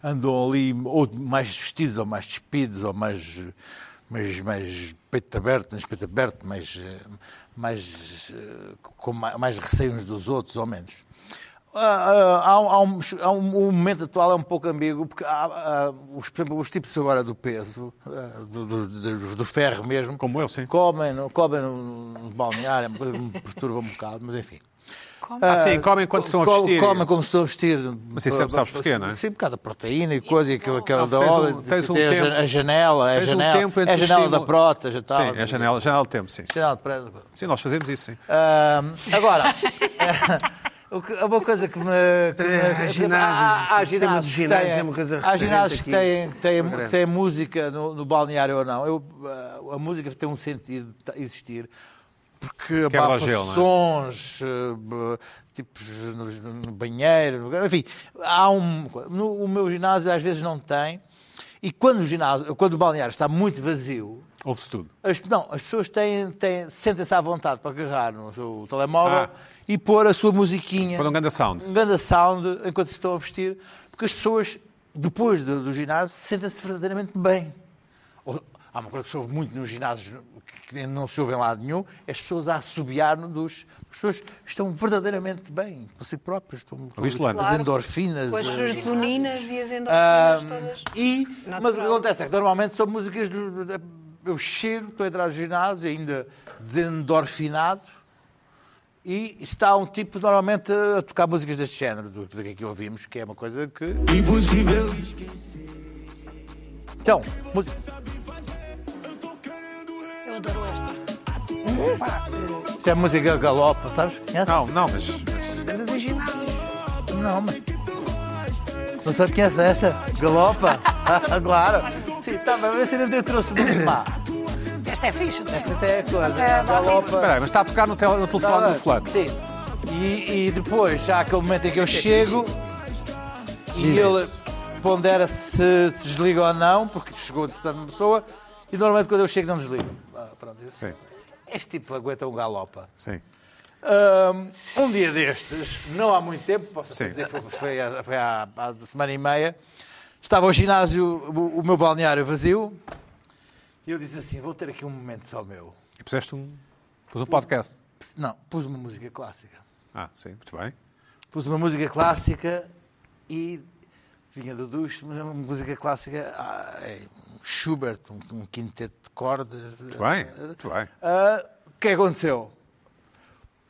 Speaker 4: andam ali, ou mais vestidos, ou mais despidos, ou mais, mais, mais peito aberto, mais peito aberto, mais, eh, mais, eh, com ma- mais receio uns dos outros, ou menos. Ah, ah, Há, um- há um, há um- o momento atual é um pouco ambíguo, porque há, ah, os, por exemplo, os tipos agora do peso, ah, do, do- do- do ferro mesmo,
Speaker 1: Como eu, sim.
Speaker 4: comem, no- comem no, no balneário, é uma coisa que me perturba um bocado, mas enfim.
Speaker 1: Ah, sim, comem quando
Speaker 4: Co-
Speaker 1: estão a
Speaker 4: co-
Speaker 1: vestir.
Speaker 4: Comem como se estão a vestir.
Speaker 1: Mas isso sempre sabes porquê, não é?
Speaker 4: Sim, por causa da proteína e coisa, e aquilo, aquela
Speaker 1: Não,
Speaker 4: da
Speaker 1: tens um-
Speaker 4: hora,
Speaker 1: tens um
Speaker 4: tem a ja-
Speaker 1: tempo-
Speaker 4: a janela, é a
Speaker 1: Tens um
Speaker 4: janela,
Speaker 1: tempo entre
Speaker 4: é a
Speaker 1: o
Speaker 4: janela da
Speaker 1: estímulo-
Speaker 4: prota, já tal.
Speaker 1: Sim, é a janela, janela de tempo, sim.
Speaker 4: Janela de prota.
Speaker 1: Sim, nós fazemos isso, sim.
Speaker 4: Ahm, agora, o que- uma coisa que me. Que me
Speaker 2: Há
Speaker 4: que-
Speaker 2: ginásios,
Speaker 4: há, há
Speaker 2: o tema dos
Speaker 4: ginásios que
Speaker 2: ginásios
Speaker 4: têm-
Speaker 2: é uma coisa
Speaker 4: Há
Speaker 2: recorrente
Speaker 4: ginásios que
Speaker 2: aqui
Speaker 4: têm, que têm,
Speaker 2: no programa.
Speaker 4: que têm música no, no balneário ou não. Eu, ah, a música tem um sentido de ta- existir. Porque
Speaker 1: Quebra o
Speaker 4: abafa
Speaker 1: gelo, não é?
Speaker 4: sons, eh, b- tipos nos- no, no banheiro, no- enfim, há um. No, o meu ginásio às vezes não tem. E quando o ginásio, quando o balneário está muito vazio,
Speaker 1: Ouve-se tudo.
Speaker 4: as, não, as pessoas têm, têm, sentem-se à vontade para agarrar no seu telemóvel
Speaker 1: Ah.
Speaker 4: e pôr a sua musiquinha.
Speaker 1: Para um grande sound.
Speaker 4: Um grande sound enquanto se estão a vestir, porque as pessoas, depois do, do ginásio, sentem-se verdadeiramente bem. Ou- há uma coisa que se ouve muito nos ginásios que não se ouve em lado nenhum, é as pessoas a assobiar no dos. As pessoas estão verdadeiramente bem com si próprias, estão com
Speaker 1: Ouviste, Lana?
Speaker 4: as endorfinas.
Speaker 3: Com as
Speaker 4: eh,
Speaker 3: serotoninas e as endorfinas todas.
Speaker 4: e, mas o que
Speaker 3: Natural.
Speaker 4: acontece é que normalmente são músicas. Do, da- eu chego, estou a entrar no ginásio, ainda desendorfinado, e está um tipo normalmente a tocar músicas deste género, do, do que aqui ouvimos, que é uma coisa que. Impossível esquecer. Então, música.
Speaker 5: Eu adoro esta.
Speaker 4: Isto é música galopa, sabes? Conhece?
Speaker 1: Não, não, mas. mas-
Speaker 2: Andas em ginásio.
Speaker 4: Não, mas. Não sabe quem é esta? Galopa? claro. Sim, tá, mas você ainda trouxe muito pá.
Speaker 5: Esta é fixe, até.
Speaker 4: Esta até é coisa. Galopa.
Speaker 1: Espera aí, mas está a tocar no, tele- no telefone do fulano.
Speaker 4: Sim. E, e depois, já há aquele momento em que eu chego e ele pondera se, se desliga ou não, porque chegou de certa pessoa, e normalmente quando eu chego não desligo. Ah, pronto, isso.
Speaker 1: Sim,
Speaker 4: Este tipo aguenta um galopa.
Speaker 1: sim.
Speaker 4: Ahm, Um dia destes, não há muito tempo, posso até
Speaker 1: Sim.
Speaker 4: dizer que foi, foi há, foi há- há uma semana e meia, estava ao ginásio, o, o meu balneário vazio, e eu disse assim, vou ter aqui um momento só meu.
Speaker 1: E puseste um. Pus um podcast.
Speaker 4: Não, pus uma música clássica.
Speaker 1: Ah, sim, muito bem.
Speaker 4: pus uma música clássica e vinha do duche, mas é uma música clássica, ah, é um Schubert, um, um quinteto de cordas. Muito
Speaker 1: Muito bem, muito bem.
Speaker 4: o que é que aconteceu?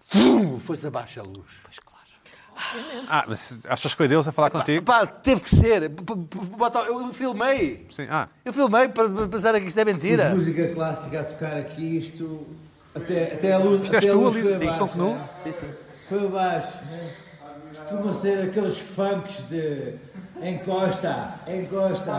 Speaker 4: Fum, Foi-se abaixo a luz.
Speaker 1: Ah, mas achas que foi Deus a falar contigo?
Speaker 4: Pá, teve que ser. P- p- p- bota- Eu filmei.
Speaker 1: Sim, ah.
Speaker 4: Eu filmei para para pensar que isto é mentira.
Speaker 8: Música clássica a tocar aqui, isto. Até, até a luz.
Speaker 1: Isto és
Speaker 8: até a
Speaker 1: tu
Speaker 8: luz
Speaker 1: ali,
Speaker 8: foi
Speaker 1: Tico,
Speaker 8: abaixo,
Speaker 1: tão nu?
Speaker 4: um.
Speaker 8: não é? Foi abaixo, né? Costuma ser aqueles funks de. Encosta, encosta,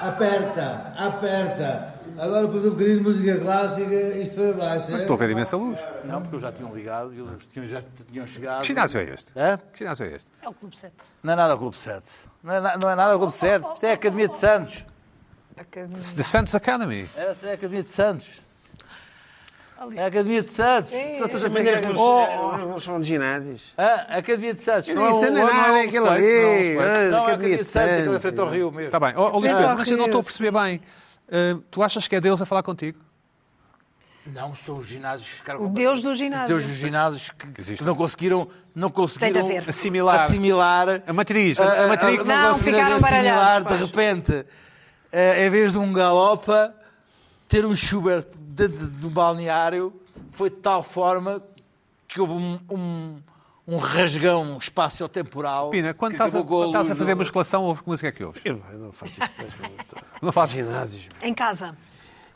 Speaker 8: aperta, aperta. Agora pus um bocadinho de música clássica, isto foi abaixo.
Speaker 1: Mas
Speaker 8: é?
Speaker 1: estou a ver imensa luz.
Speaker 4: Não, porque eu já tinham ligado e eles tinham, já tinham chegado.
Speaker 1: Que ginásio é este?
Speaker 4: Hã?
Speaker 1: Que ginásio é este?
Speaker 5: É o Clube 7.
Speaker 4: Não é nada o Clube 7. Não é, na- não é nada o Clube 7. Isto é a Academia de Santos.
Speaker 3: Academia.
Speaker 1: The Santos Academy.
Speaker 4: Essa é a Academia de Santos.
Speaker 5: Ali.
Speaker 4: É a Academia de Santos.
Speaker 3: É.
Speaker 4: Então, Estão todos a fazer aquilo.
Speaker 6: Oh,
Speaker 2: Eles são de ginásios.
Speaker 4: Ah, a Academia de Santos.
Speaker 2: Não, isso não é nada, é aquele
Speaker 1: Space, não,
Speaker 2: ali.
Speaker 1: Space.
Speaker 2: Ah,
Speaker 4: Não, a
Speaker 2: Academia de
Speaker 4: Santos, aquilo é
Speaker 2: Santos.
Speaker 4: frente ao Rio mesmo.
Speaker 6: Tá
Speaker 2: É.
Speaker 1: Está bem. Oh, oh, Luís
Speaker 3: Ah,
Speaker 1: Pedro, mas eu não
Speaker 3: horrível.
Speaker 1: estou a perceber bem. Hum, tu achas que é Deus a falar contigo?
Speaker 6: Não, são os ginásios que ficaram...
Speaker 3: O Deus do ginásio.
Speaker 6: Deus dos ginásios que, que
Speaker 1: Existe.
Speaker 6: não conseguiram, não conseguiram
Speaker 3: Tem de haver.
Speaker 1: Assimilar.
Speaker 6: assimilar É
Speaker 1: A matriz.
Speaker 2: Ah,
Speaker 6: Ah,
Speaker 1: A, a matriz.
Speaker 3: Não, ficaram
Speaker 6: de
Speaker 3: baralhados, pois.
Speaker 6: repente, eh, em vez de um galopa, ter um Schubert dentro do balneário foi de tal forma que houve um, um, um rasgão espaciotemporal.
Speaker 1: Pina, quando
Speaker 6: que
Speaker 1: estás, a,
Speaker 6: acabou com
Speaker 1: quando estás a
Speaker 6: luz
Speaker 1: fazer
Speaker 6: do-
Speaker 1: musculação, ouve que música é que ouves?
Speaker 2: Eu eu não faço isso.
Speaker 1: Não fazes
Speaker 2: Ginásios. meu.
Speaker 3: Em casa.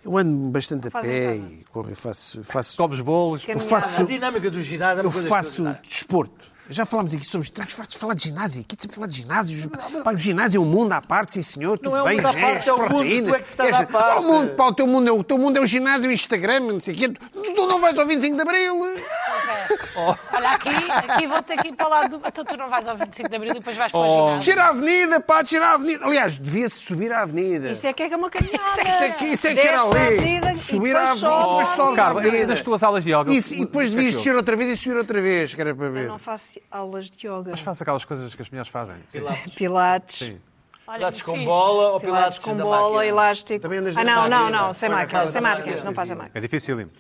Speaker 2: Eu ando bastante a
Speaker 3: Faz em
Speaker 2: pé
Speaker 3: casa.
Speaker 2: e corro, eu faço, faço,
Speaker 1: Comes bolos.
Speaker 2: eu
Speaker 3: Caminhada.
Speaker 6: A
Speaker 2: faço,
Speaker 6: dinâmica do ginásio é uma
Speaker 2: eu
Speaker 6: coisa
Speaker 2: faço
Speaker 6: extraordinária.
Speaker 2: desporto. Já falámos aqui, somos, estamos fartos de falar de ginásio. Aqui sempre falar de ginásio. Pá, o ginásio é um mundo à parte, sim senhor. Tudo
Speaker 6: é um
Speaker 2: bem,
Speaker 6: mundo à
Speaker 2: já,
Speaker 6: parte,
Speaker 2: as
Speaker 6: é o mundo, tu é
Speaker 2: proteínas,
Speaker 6: que estás
Speaker 2: as-
Speaker 6: à parte.
Speaker 2: Qual o mundo, pá, o teu mundo é o o teu mundo é o ginásio, o Instagram, não sei o quê. Tu, tu não vais ao 25 de Abril.
Speaker 5: Olha, aqui, aqui vou-te aqui para lá do. Então tu não vais ao 25 de Abril e depois vais para o ginásio.
Speaker 2: Descer a avenida, pá, descer a avenida. Aliás, devia-se subir à avenida.
Speaker 3: Isso é que é uma caminhada.
Speaker 2: Isso
Speaker 5: Isso
Speaker 2: é que, isso é que era
Speaker 3: Desce a avenida
Speaker 2: ali.
Speaker 3: e
Speaker 2: Subir
Speaker 3: depois
Speaker 2: à
Speaker 3: sobe.
Speaker 2: avenida, depois sobe à
Speaker 1: Carla, e
Speaker 2: avenida.
Speaker 1: nas tuas aulas de yoga.
Speaker 2: Isso, e
Speaker 1: o
Speaker 2: depois
Speaker 1: que é que
Speaker 2: devias
Speaker 1: ouves?
Speaker 2: descer outra vez e subir outra vez, que era para
Speaker 3: Eu
Speaker 2: ver.
Speaker 3: não faço aulas de yoga.
Speaker 1: Mas faz aquelas coisas que as mulheres fazem.
Speaker 3: Pilates.
Speaker 5: Olha,
Speaker 6: Pilates
Speaker 5: que
Speaker 6: com
Speaker 5: fixe.
Speaker 6: bola
Speaker 4: Oh,
Speaker 6: ou pilates,
Speaker 3: Pilates com
Speaker 6: da
Speaker 3: bola,
Speaker 6: máquina?
Speaker 3: elástico.
Speaker 2: Também andas
Speaker 3: Ah,
Speaker 2: na
Speaker 3: não, não,
Speaker 2: máquina.
Speaker 3: não, sem
Speaker 2: Olha,
Speaker 3: máquina,
Speaker 2: aquela
Speaker 3: sem
Speaker 2: da
Speaker 3: máquina,
Speaker 2: máquina.
Speaker 3: não faz a máquina.
Speaker 1: É dificílimo.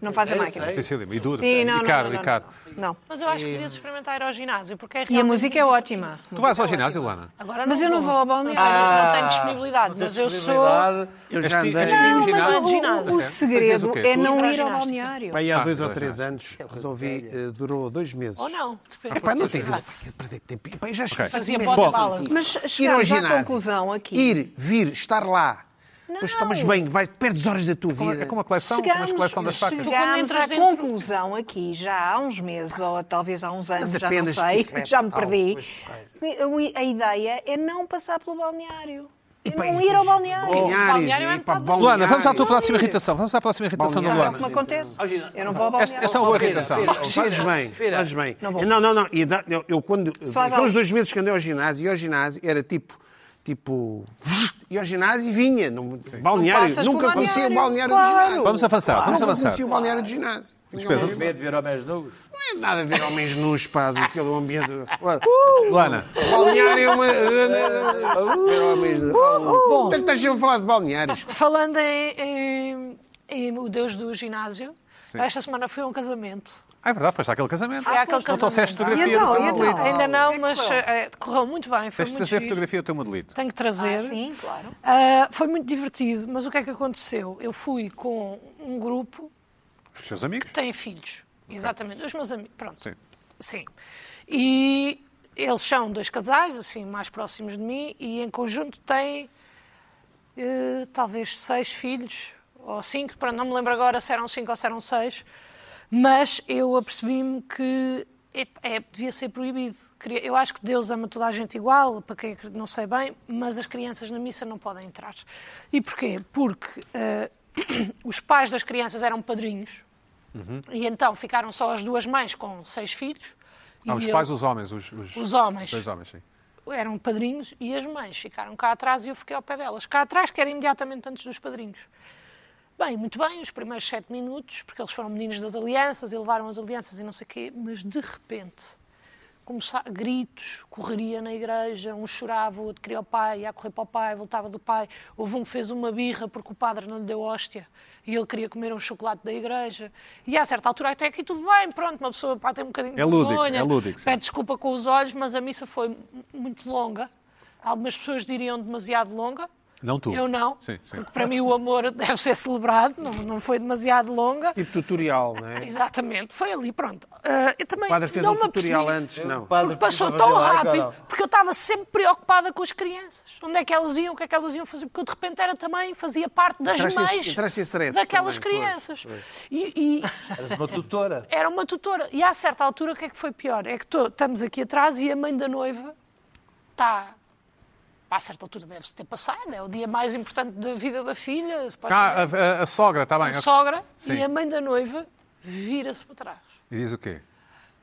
Speaker 3: Não faz a máquina.
Speaker 1: Dificílimo. E duro.
Speaker 3: Sim, não,
Speaker 1: e
Speaker 3: não,
Speaker 1: caro,
Speaker 3: não, não,
Speaker 1: e caro.
Speaker 3: Não.
Speaker 5: Mas eu acho que devias experimentar ir ao ginásio, porque é
Speaker 3: E a
Speaker 5: realmente
Speaker 3: música é
Speaker 5: muito
Speaker 3: ótima.
Speaker 1: Tu vais ao
Speaker 3: é
Speaker 1: ginásio, Luana?
Speaker 5: Agora
Speaker 3: Mas eu não vou ao balneário.
Speaker 5: Não tenho, não
Speaker 6: Ah,
Speaker 5: tenho disponibilidade, mas eu sou.
Speaker 2: Eu já
Speaker 1: Este-
Speaker 2: andei.
Speaker 1: este tipo
Speaker 3: Não,
Speaker 1: de
Speaker 3: mas
Speaker 1: ginásio-
Speaker 3: o,
Speaker 5: ginásio.
Speaker 3: o
Speaker 1: Fazias o
Speaker 3: segredo
Speaker 1: quê?
Speaker 3: é
Speaker 1: Tu-
Speaker 5: ir
Speaker 3: não
Speaker 5: para
Speaker 3: ir ao
Speaker 5: ginástica.
Speaker 3: balneário.
Speaker 2: Pai, há
Speaker 1: Ah,
Speaker 2: dois ou
Speaker 1: dois,
Speaker 2: três anos,
Speaker 3: É
Speaker 2: resolvi, eh, durou dois meses.
Speaker 5: Ou não, depende.
Speaker 2: É pá, não tem
Speaker 5: Sim.
Speaker 2: vida. Perder tempo. Epá, eu já
Speaker 5: Fazia
Speaker 2: mesmo.
Speaker 5: bola balas.
Speaker 3: Mas
Speaker 2: Ir ao
Speaker 3: chegamos à
Speaker 2: ginásio.
Speaker 3: conclusão aqui.
Speaker 2: Ir, vir, estar lá. Depois tomas banho, vai, perdes horas da tua vida.
Speaker 1: É como a coleção, como
Speaker 3: Chegámos,
Speaker 1: a coleção das facas.
Speaker 5: Tu quando
Speaker 3: chegámos
Speaker 5: entras
Speaker 3: à
Speaker 5: dentro-
Speaker 3: conclusão aqui, já há uns meses, ou talvez há uns anos,
Speaker 2: Mas
Speaker 3: já não
Speaker 2: apenas
Speaker 3: sei,
Speaker 2: bicicleta,
Speaker 3: já me
Speaker 2: tal,
Speaker 3: perdi.
Speaker 2: coisa
Speaker 3: A ideia é não passar pelo balneário. É
Speaker 2: pá,
Speaker 3: não
Speaker 2: e
Speaker 3: ir ao
Speaker 2: depois
Speaker 3: balneário. um
Speaker 2: balneários,
Speaker 5: balneário é
Speaker 2: e pá,
Speaker 5: metade do-
Speaker 2: balneário.
Speaker 1: Luana, vamos à tua
Speaker 3: Balneário.
Speaker 1: próxima irritação. Vamos à próxima irritação da
Speaker 2: Balneário.
Speaker 1: Luana.
Speaker 3: Como acontece?
Speaker 6: ginásio.
Speaker 3: Eu não vou ao
Speaker 1: então- Esta,
Speaker 3: balneário.
Speaker 1: esta é uma boa irritação.
Speaker 2: Fazes bem, fazes bem.
Speaker 3: Não vou.
Speaker 2: Não, não, não. E dá- Eu, eu quando.
Speaker 3: Só
Speaker 2: Aqueles
Speaker 3: às aulas.
Speaker 2: dois meses que andei ao ginásio, e ao ginásio era tipo. Tipo. Ia ao ginásio e vinha. No
Speaker 3: Não
Speaker 2: balneário.
Speaker 3: passas
Speaker 2: Nunca
Speaker 3: pelo
Speaker 2: conhecia o
Speaker 3: balneário.
Speaker 2: balneário do
Speaker 3: Claro.
Speaker 2: ginásio.
Speaker 1: Vamos avançar, vamos
Speaker 2: Nunca
Speaker 1: avançar.
Speaker 2: conhecia o balneário do ginásio. Vinha ao
Speaker 1: Pedro.
Speaker 2: mesmo.
Speaker 6: Medo de ver homens nus.
Speaker 2: Não é nada a ver homens nus, pá, daquele ambiente. Ué,
Speaker 1: Luana,
Speaker 2: Balneário é uma. Ver homens nus. Onde é que estás sempre a falar de balneários?
Speaker 5: Falando em, em- em o Deus do ginásio, esta semana fui a um casamento.
Speaker 1: ah, é verdade, foste àquele casamento.
Speaker 5: Fui àquele
Speaker 1: Não trouxeste fotografia
Speaker 5: casamento.
Speaker 3: E então,
Speaker 1: do teu
Speaker 3: e então?
Speaker 1: modelito.
Speaker 5: Ainda não,
Speaker 3: é
Speaker 5: mas
Speaker 3: correu?
Speaker 5: eh, correu muito bem. Foi
Speaker 1: Tens de
Speaker 5: muito
Speaker 1: trazer
Speaker 5: giro. Tá.
Speaker 1: fotografia do teu modelito.
Speaker 5: Tenho que trazer.
Speaker 3: Ah, sim, claro.
Speaker 5: Ah, foi muito divertido, mas o que é que aconteceu? Eu fui com um grupo
Speaker 1: Os teus amigos?
Speaker 5: que tem filhos. Exatamente, os meus amigos. Pronto.
Speaker 1: Sim.
Speaker 5: Sim. E eles são dois casais, assim, mais próximos de mim, e em conjunto têm eh, talvez seis filhos, ou cinco, pronto, não me lembro agora se eram cinco ou se eram seis, mas eu apercebi-me que é, é, devia ser proibido. Queria- Eu acho que Deus ama toda a gente igual, para quem acredita, não sei bem, mas as crianças na missa não podem entrar. E porquê? Porque eh, os pais das crianças eram padrinhos,
Speaker 1: Uhum.
Speaker 5: e então ficaram só as duas mães com seis filhos.
Speaker 1: Ah, os
Speaker 5: e eu-
Speaker 1: pais, os homens. Os, os...
Speaker 5: Os homens.
Speaker 1: Dois homens, sim.
Speaker 5: eram padrinhos e as mães ficaram cá atrás e eu fiquei ao pé delas. Cá atrás, que era imediatamente antes dos padrinhos. Bem, muito bem, os primeiros sete minutos, porque eles foram meninos das alianças e levaram as alianças e não sei o quê, mas de repente, começar gritos, correria na igreja, um chorava, o outro queria o pai, ia a correr para o pai, voltava do pai. Houve um que fez uma birra porque o padre não lhe deu hóstia e ele queria comer um chocolate da igreja. E a certa altura até aqui tudo bem, pronto, uma pessoa pá, tem um bocadinho de
Speaker 1: É lúdico,
Speaker 5: vergonha,
Speaker 1: é lúdico, sim.
Speaker 5: pede desculpa com os olhos, mas a missa foi mu- muito longa. Algumas pessoas diriam demasiado longa.
Speaker 1: Não tu.
Speaker 5: Eu não,
Speaker 1: Sim, sim.
Speaker 5: porque para mim o amor deve ser celebrado, não, não foi demasiado longa.
Speaker 2: Tipo tutorial, não é?
Speaker 5: Exatamente, foi ali, pronto. Ah, eu também
Speaker 2: O padre fez
Speaker 5: não
Speaker 2: um
Speaker 5: me
Speaker 2: tutorial
Speaker 5: apercebi.
Speaker 2: antes, um não.
Speaker 5: Porque passou tão rápido, porque eu estava sempre preocupada com as crianças. Onde é que elas iam, o que é que elas iam fazer, porque eu de repente era também, fazia parte das
Speaker 2: Entraste em-
Speaker 5: mães
Speaker 2: entraste em stress
Speaker 5: daquelas
Speaker 2: também, claro,
Speaker 5: crianças. E- e
Speaker 6: Eras uma tutora.
Speaker 5: era uma tutora. E a certa altura, o que é que foi pior? É que to- estamos aqui atrás e a mãe da noiva está. A certa altura deve-se ter passado, é o dia mais importante da vida da filha,
Speaker 1: Ah,
Speaker 5: supostamente,
Speaker 1: a, a- a sogra, está bem.
Speaker 5: a sogra,
Speaker 1: É Sim.
Speaker 5: e a mãe da noiva vira-se para trás.
Speaker 1: E diz o quê?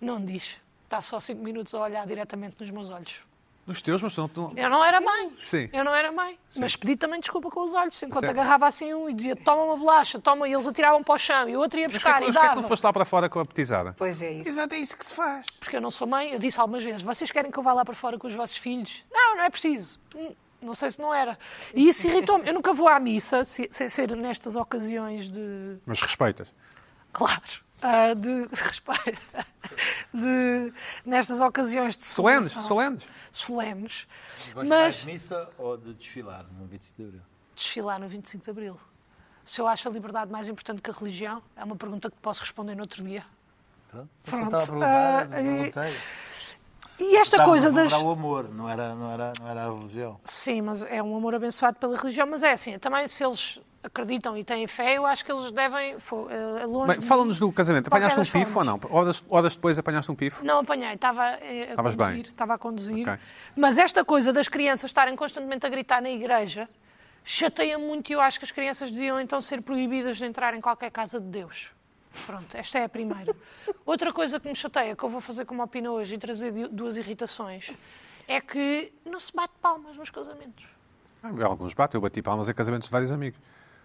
Speaker 5: Não diz. Está só cinco minutos a olhar diretamente nos meus olhos.
Speaker 1: Nos teus, mas não... não-
Speaker 5: Eu não era mãe.
Speaker 1: Sim.
Speaker 5: Eu não era mãe. Mas pedi também desculpa com os olhos, enquanto
Speaker 1: Certo.
Speaker 5: agarrava assim um e dizia toma uma bolacha, toma, e eles atiravam para o chão, e o outro ia
Speaker 1: Mas o que é
Speaker 5: buscar
Speaker 1: que-
Speaker 5: e
Speaker 1: mas o que é que
Speaker 5: dava.
Speaker 1: não foste lá para fora com a petizada?
Speaker 3: Pois é isso.
Speaker 2: Exato, é isso que se faz.
Speaker 5: porque eu não sou mãe, eu disse algumas vezes: vocês querem que eu vá lá para fora com os vossos filhos? Não, não é preciso. Hum, Não sei se não era. E isso irritou-me. Eu nunca vou à missa, se- sem ser nestas ocasiões de.
Speaker 1: Mas respeitas.
Speaker 5: Claro. ah, de respeito. De, nestas ocasiões de
Speaker 1: Solenes,
Speaker 5: celebração.
Speaker 1: solenes.
Speaker 5: Solenes.
Speaker 6: Gosta mais
Speaker 5: Mas
Speaker 6: de missa ou de desfilar no 25 de Abril?
Speaker 5: desfilar no 25 de Abril. Se eu acho a liberdade mais importante que a religião, é uma pergunta que posso responder no outro dia.
Speaker 6: Pronto.
Speaker 5: Pronto,
Speaker 6: Eu estava a perguntar,
Speaker 5: ah,
Speaker 6: eu
Speaker 5: e-
Speaker 6: perguntei.
Speaker 5: E esta
Speaker 6: Estava
Speaker 1: um
Speaker 5: coisa
Speaker 6: a
Speaker 5: das.
Speaker 6: celebrar o amor, não era, não, era, não era a religião.
Speaker 5: Sim, mas é um amor abençoado pela religião, mas é assim, também se eles acreditam e têm fé, eu acho que eles devem. fo- é longe
Speaker 1: Bem,
Speaker 5: de-
Speaker 1: Fala-nos do casamento.
Speaker 5: de qualquer
Speaker 1: Apanhaste um
Speaker 5: das
Speaker 1: pifo ou
Speaker 5: formas.
Speaker 1: não? Horas, horas depois apanhaste um pifo?
Speaker 5: Não apanhei, estava eh, a
Speaker 1: Estavas
Speaker 5: conduzir.
Speaker 1: bem.
Speaker 5: Estava a conduzir.
Speaker 1: Ok.
Speaker 5: Mas esta coisa das crianças estarem constantemente a gritar na igreja chateia muito e eu acho que as crianças deviam então ser proibidas de entrar em qualquer casa de Deus. Pronto, esta é a primeira. Outra coisa que me chateia, que eu vou fazer como opina hoje e trazer du- duas irritações, é que não se bate palmas nos casamentos.
Speaker 1: Ah, Alguns batem. Eu bati palmas em casamentos de vários amigos.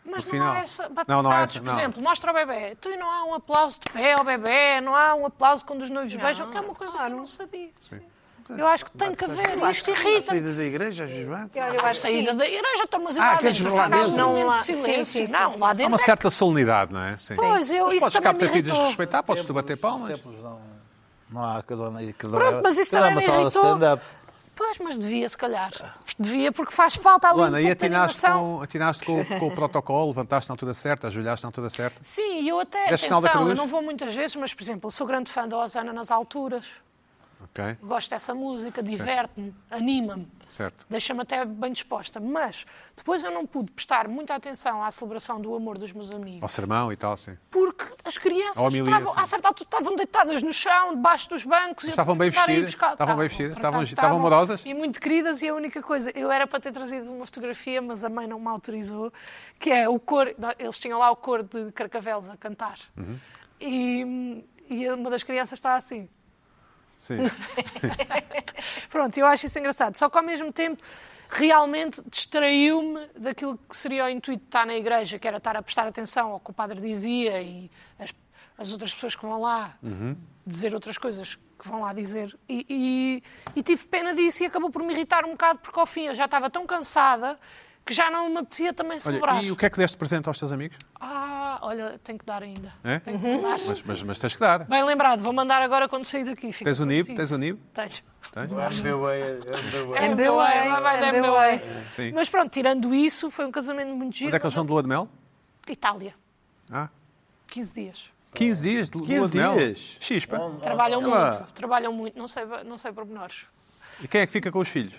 Speaker 5: Mas
Speaker 1: No
Speaker 5: não há
Speaker 1: final.
Speaker 5: essa.
Speaker 1: Não, não há
Speaker 5: batizados,
Speaker 1: essa,
Speaker 5: Por
Speaker 1: não.
Speaker 5: exemplo, mostra ao bebê. Tu não há um aplauso de pé ao bebê, não há um aplauso quando os noivos beijam, que é uma coisa que eu não sabia. Eu acho que tem que haver. Isto
Speaker 2: A
Speaker 5: irrita.
Speaker 2: saída da igreja, às vezes bate.
Speaker 3: Olha, eu
Speaker 5: A
Speaker 3: acho que
Speaker 5: saída
Speaker 3: sim.
Speaker 5: da igreja,
Speaker 1: Ah,
Speaker 5: estamos lá
Speaker 2: aqueles
Speaker 5: dentro.
Speaker 2: lá
Speaker 5: faz um
Speaker 2: dentro.
Speaker 5: momento de
Speaker 3: Sim,
Speaker 5: silêncio.
Speaker 3: sim, sim,
Speaker 5: Não,
Speaker 3: sim.
Speaker 5: lá
Speaker 1: Há
Speaker 5: dentro.
Speaker 1: uma certa solenidade, não é? Sim.
Speaker 5: Pois, eu,
Speaker 1: Mas podes
Speaker 5: isso também me
Speaker 1: captar filhos
Speaker 5: irritou.
Speaker 1: respeitar, podes-te bater palmas.
Speaker 6: Templos não, não é, há cada
Speaker 5: Pronto, mas isso
Speaker 6: é
Speaker 5: também é me irritou. Pois, mas devia, se calhar. Devia, porque faz falta ali
Speaker 1: Luana,
Speaker 5: um
Speaker 1: e
Speaker 5: pouco de
Speaker 1: atinaste,
Speaker 5: animação.
Speaker 1: com, atinaste com, o- com o protocolo, levantaste na altura certa, ajoelhaste na altura certa.
Speaker 5: Sim, eu até,
Speaker 1: Deste sinal da
Speaker 5: atenção, eu
Speaker 1: cruz?
Speaker 5: não vou muitas vezes, mas, por exemplo, eu sou grande fã da Osana nas alturas.
Speaker 1: Ok,
Speaker 5: Gosto dessa música, diverte-me, anima-me.
Speaker 1: certo.
Speaker 5: deixa-me até bem disposta. Mas depois eu não pude prestar muita atenção à celebração do amor dos meus amigos,
Speaker 1: Ao sermão e tal, sim.
Speaker 5: porque as crianças
Speaker 1: Ao homilia,
Speaker 5: estavam,
Speaker 1: sim.
Speaker 5: a certa altura estavam deitadas no chão, debaixo dos bancos. e eu
Speaker 1: Estavam
Speaker 5: tinha
Speaker 1: bem
Speaker 5: que tentar ir
Speaker 1: vestidas?
Speaker 5: buscar-
Speaker 1: Estavam bem vestidas?
Speaker 5: por
Speaker 1: Estavam
Speaker 5: acaso
Speaker 1: gi- estavam amorosas?
Speaker 5: E muito queridas, e a única coisa, eu era para ter trazido uma fotografia, mas a mãe não me autorizou, que é o cor, eles tinham lá o cor de carcavelos a cantar.
Speaker 1: Uhum.
Speaker 5: E, e uma das crianças está assim.
Speaker 1: Sim.
Speaker 5: Pronto, eu acho isso engraçado. Só que ao mesmo tempo, realmente distraiu-me daquilo que seria o intuito de estar na igreja, que era estar a prestar atenção ao que o padre dizia e as, as outras pessoas que vão lá
Speaker 1: Uhum.
Speaker 5: dizer outras coisas que vão lá dizer. E, e- e tive pena disso e acabou por me irritar um bocado, porque ao fim eu já estava tão cansada que já não me apetecia também celebrar.
Speaker 1: Olha, e o que é que deste presente aos teus amigos?
Speaker 5: Ah, olha, tenho que dar ainda.
Speaker 1: É?
Speaker 5: Tenho que dar.
Speaker 1: Mas, mas, mas tens que dar.
Speaker 5: Bem lembrado, vou mandar agora quando sair daqui. Fica
Speaker 1: Tens o NIB,
Speaker 5: prometido.
Speaker 1: tens o NIB.
Speaker 5: Tenho.
Speaker 6: Não
Speaker 5: É
Speaker 3: MBA,
Speaker 5: meu é, vai, vai, é meu
Speaker 3: MBA.
Speaker 5: é.
Speaker 1: Sim.
Speaker 5: Mas pronto, tirando isso, foi um casamento muito giro.
Speaker 1: Onde é que eles são de lua de mel?
Speaker 5: Itália,
Speaker 1: Ah,
Speaker 5: 15 dias.
Speaker 1: 15 dias de lua
Speaker 2: 15
Speaker 1: de mel.
Speaker 2: dias?
Speaker 1: Chispa.
Speaker 5: Trabalham
Speaker 2: Ela-
Speaker 5: muito, trabalham muito, não sei, não sei pormenores.
Speaker 1: E quem é que fica com os filhos?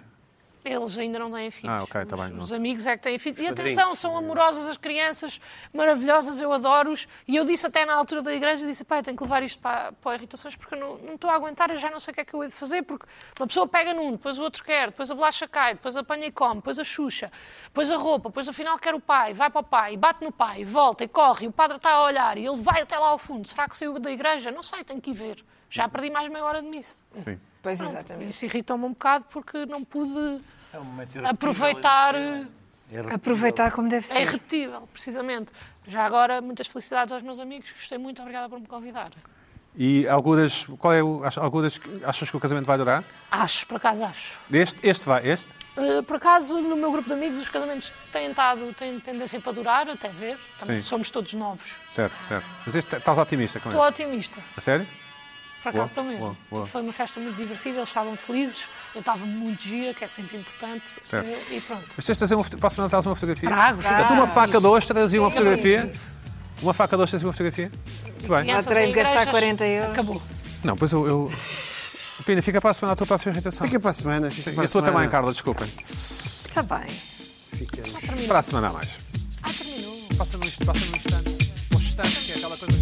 Speaker 5: Eles ainda não têm filhos.
Speaker 1: Ah, ok, tá
Speaker 5: Os-
Speaker 1: bem,
Speaker 5: Os
Speaker 1: não.
Speaker 5: amigos é que têm filhos. E atenção, são amorosas as crianças, maravilhosas, eu adoro-os. E eu disse até na altura da igreja, disse, pai, tenho que levar isto para, para irritações porque eu não, não estou a aguentar, eu já não sei o que é que eu hei de fazer, porque uma pessoa pega num, depois o outro quer, depois a bolacha cai, depois apanha e come, depois a xuxa, depois a roupa, depois afinal quer o pai, vai para o pai, bate no pai, volta e corre, e o padre está a olhar, e ele vai até lá ao fundo. Será que saiu da igreja? Não sei, tenho que ir ver. Já perdi mais meia hora de missa.
Speaker 1: Sim.
Speaker 3: Pois exatamente.
Speaker 5: Isso irritou-me um bocado porque não pude
Speaker 6: É um momento irrepetível.
Speaker 5: aproveitar
Speaker 6: é
Speaker 3: Aproveitar como deve
Speaker 5: é
Speaker 3: ser.
Speaker 5: irrepetível, precisamente. Já agora, muitas felicidades aos meus amigos. Gostei muito, obrigada por me convidar.
Speaker 1: E alguras, qual é o, ach- alguras, que- achas que o casamento vai durar?
Speaker 5: Acho, por acaso acho.
Speaker 1: Este, este vai, este?
Speaker 5: Eh, por acaso, no meu grupo de amigos, os casamentos têm, estado, têm tendência para durar, até ver. Também
Speaker 1: Sim.
Speaker 5: somos todos novos.
Speaker 1: Certo, certo. Mas este, estás otimista com
Speaker 5: Estou
Speaker 1: ele?
Speaker 5: otimista,
Speaker 1: A sério?
Speaker 5: por acaso
Speaker 1: Boa,
Speaker 5: também.
Speaker 1: boa, boa.
Speaker 5: Foi uma festa muito divertida, eles estavam felizes, eu estava muito gira, que é sempre importante.
Speaker 1: Certo.
Speaker 5: Eh, E, pronto.
Speaker 1: Mas tens de trazer uma, foto- para a semana traz uma fotografia?
Speaker 5: Trago,
Speaker 1: Portanto,
Speaker 5: trago.
Speaker 1: uma faca de ostras e uma fotografia? Uma faca de ostras e uma fotografia? Muito bem.
Speaker 5: Crianças
Speaker 3: Não terei
Speaker 5: em
Speaker 3: de gastar
Speaker 5: igrejas,
Speaker 3: 40 euros.
Speaker 5: Acabou.
Speaker 1: Não, pois eu... eu... Pina, fica para a semana a tua próxima irritação.
Speaker 2: Fica para a semana. Fica
Speaker 1: E
Speaker 2: para
Speaker 1: a tua
Speaker 2: semana.
Speaker 1: também, Carla, desculpem.
Speaker 3: Está Tá bem.
Speaker 5: Já terminou.
Speaker 1: Para a semana a mais.
Speaker 5: Ah, terminou.
Speaker 1: Passa num Um instante, passa num instante. Um instante, que é aquela coisa...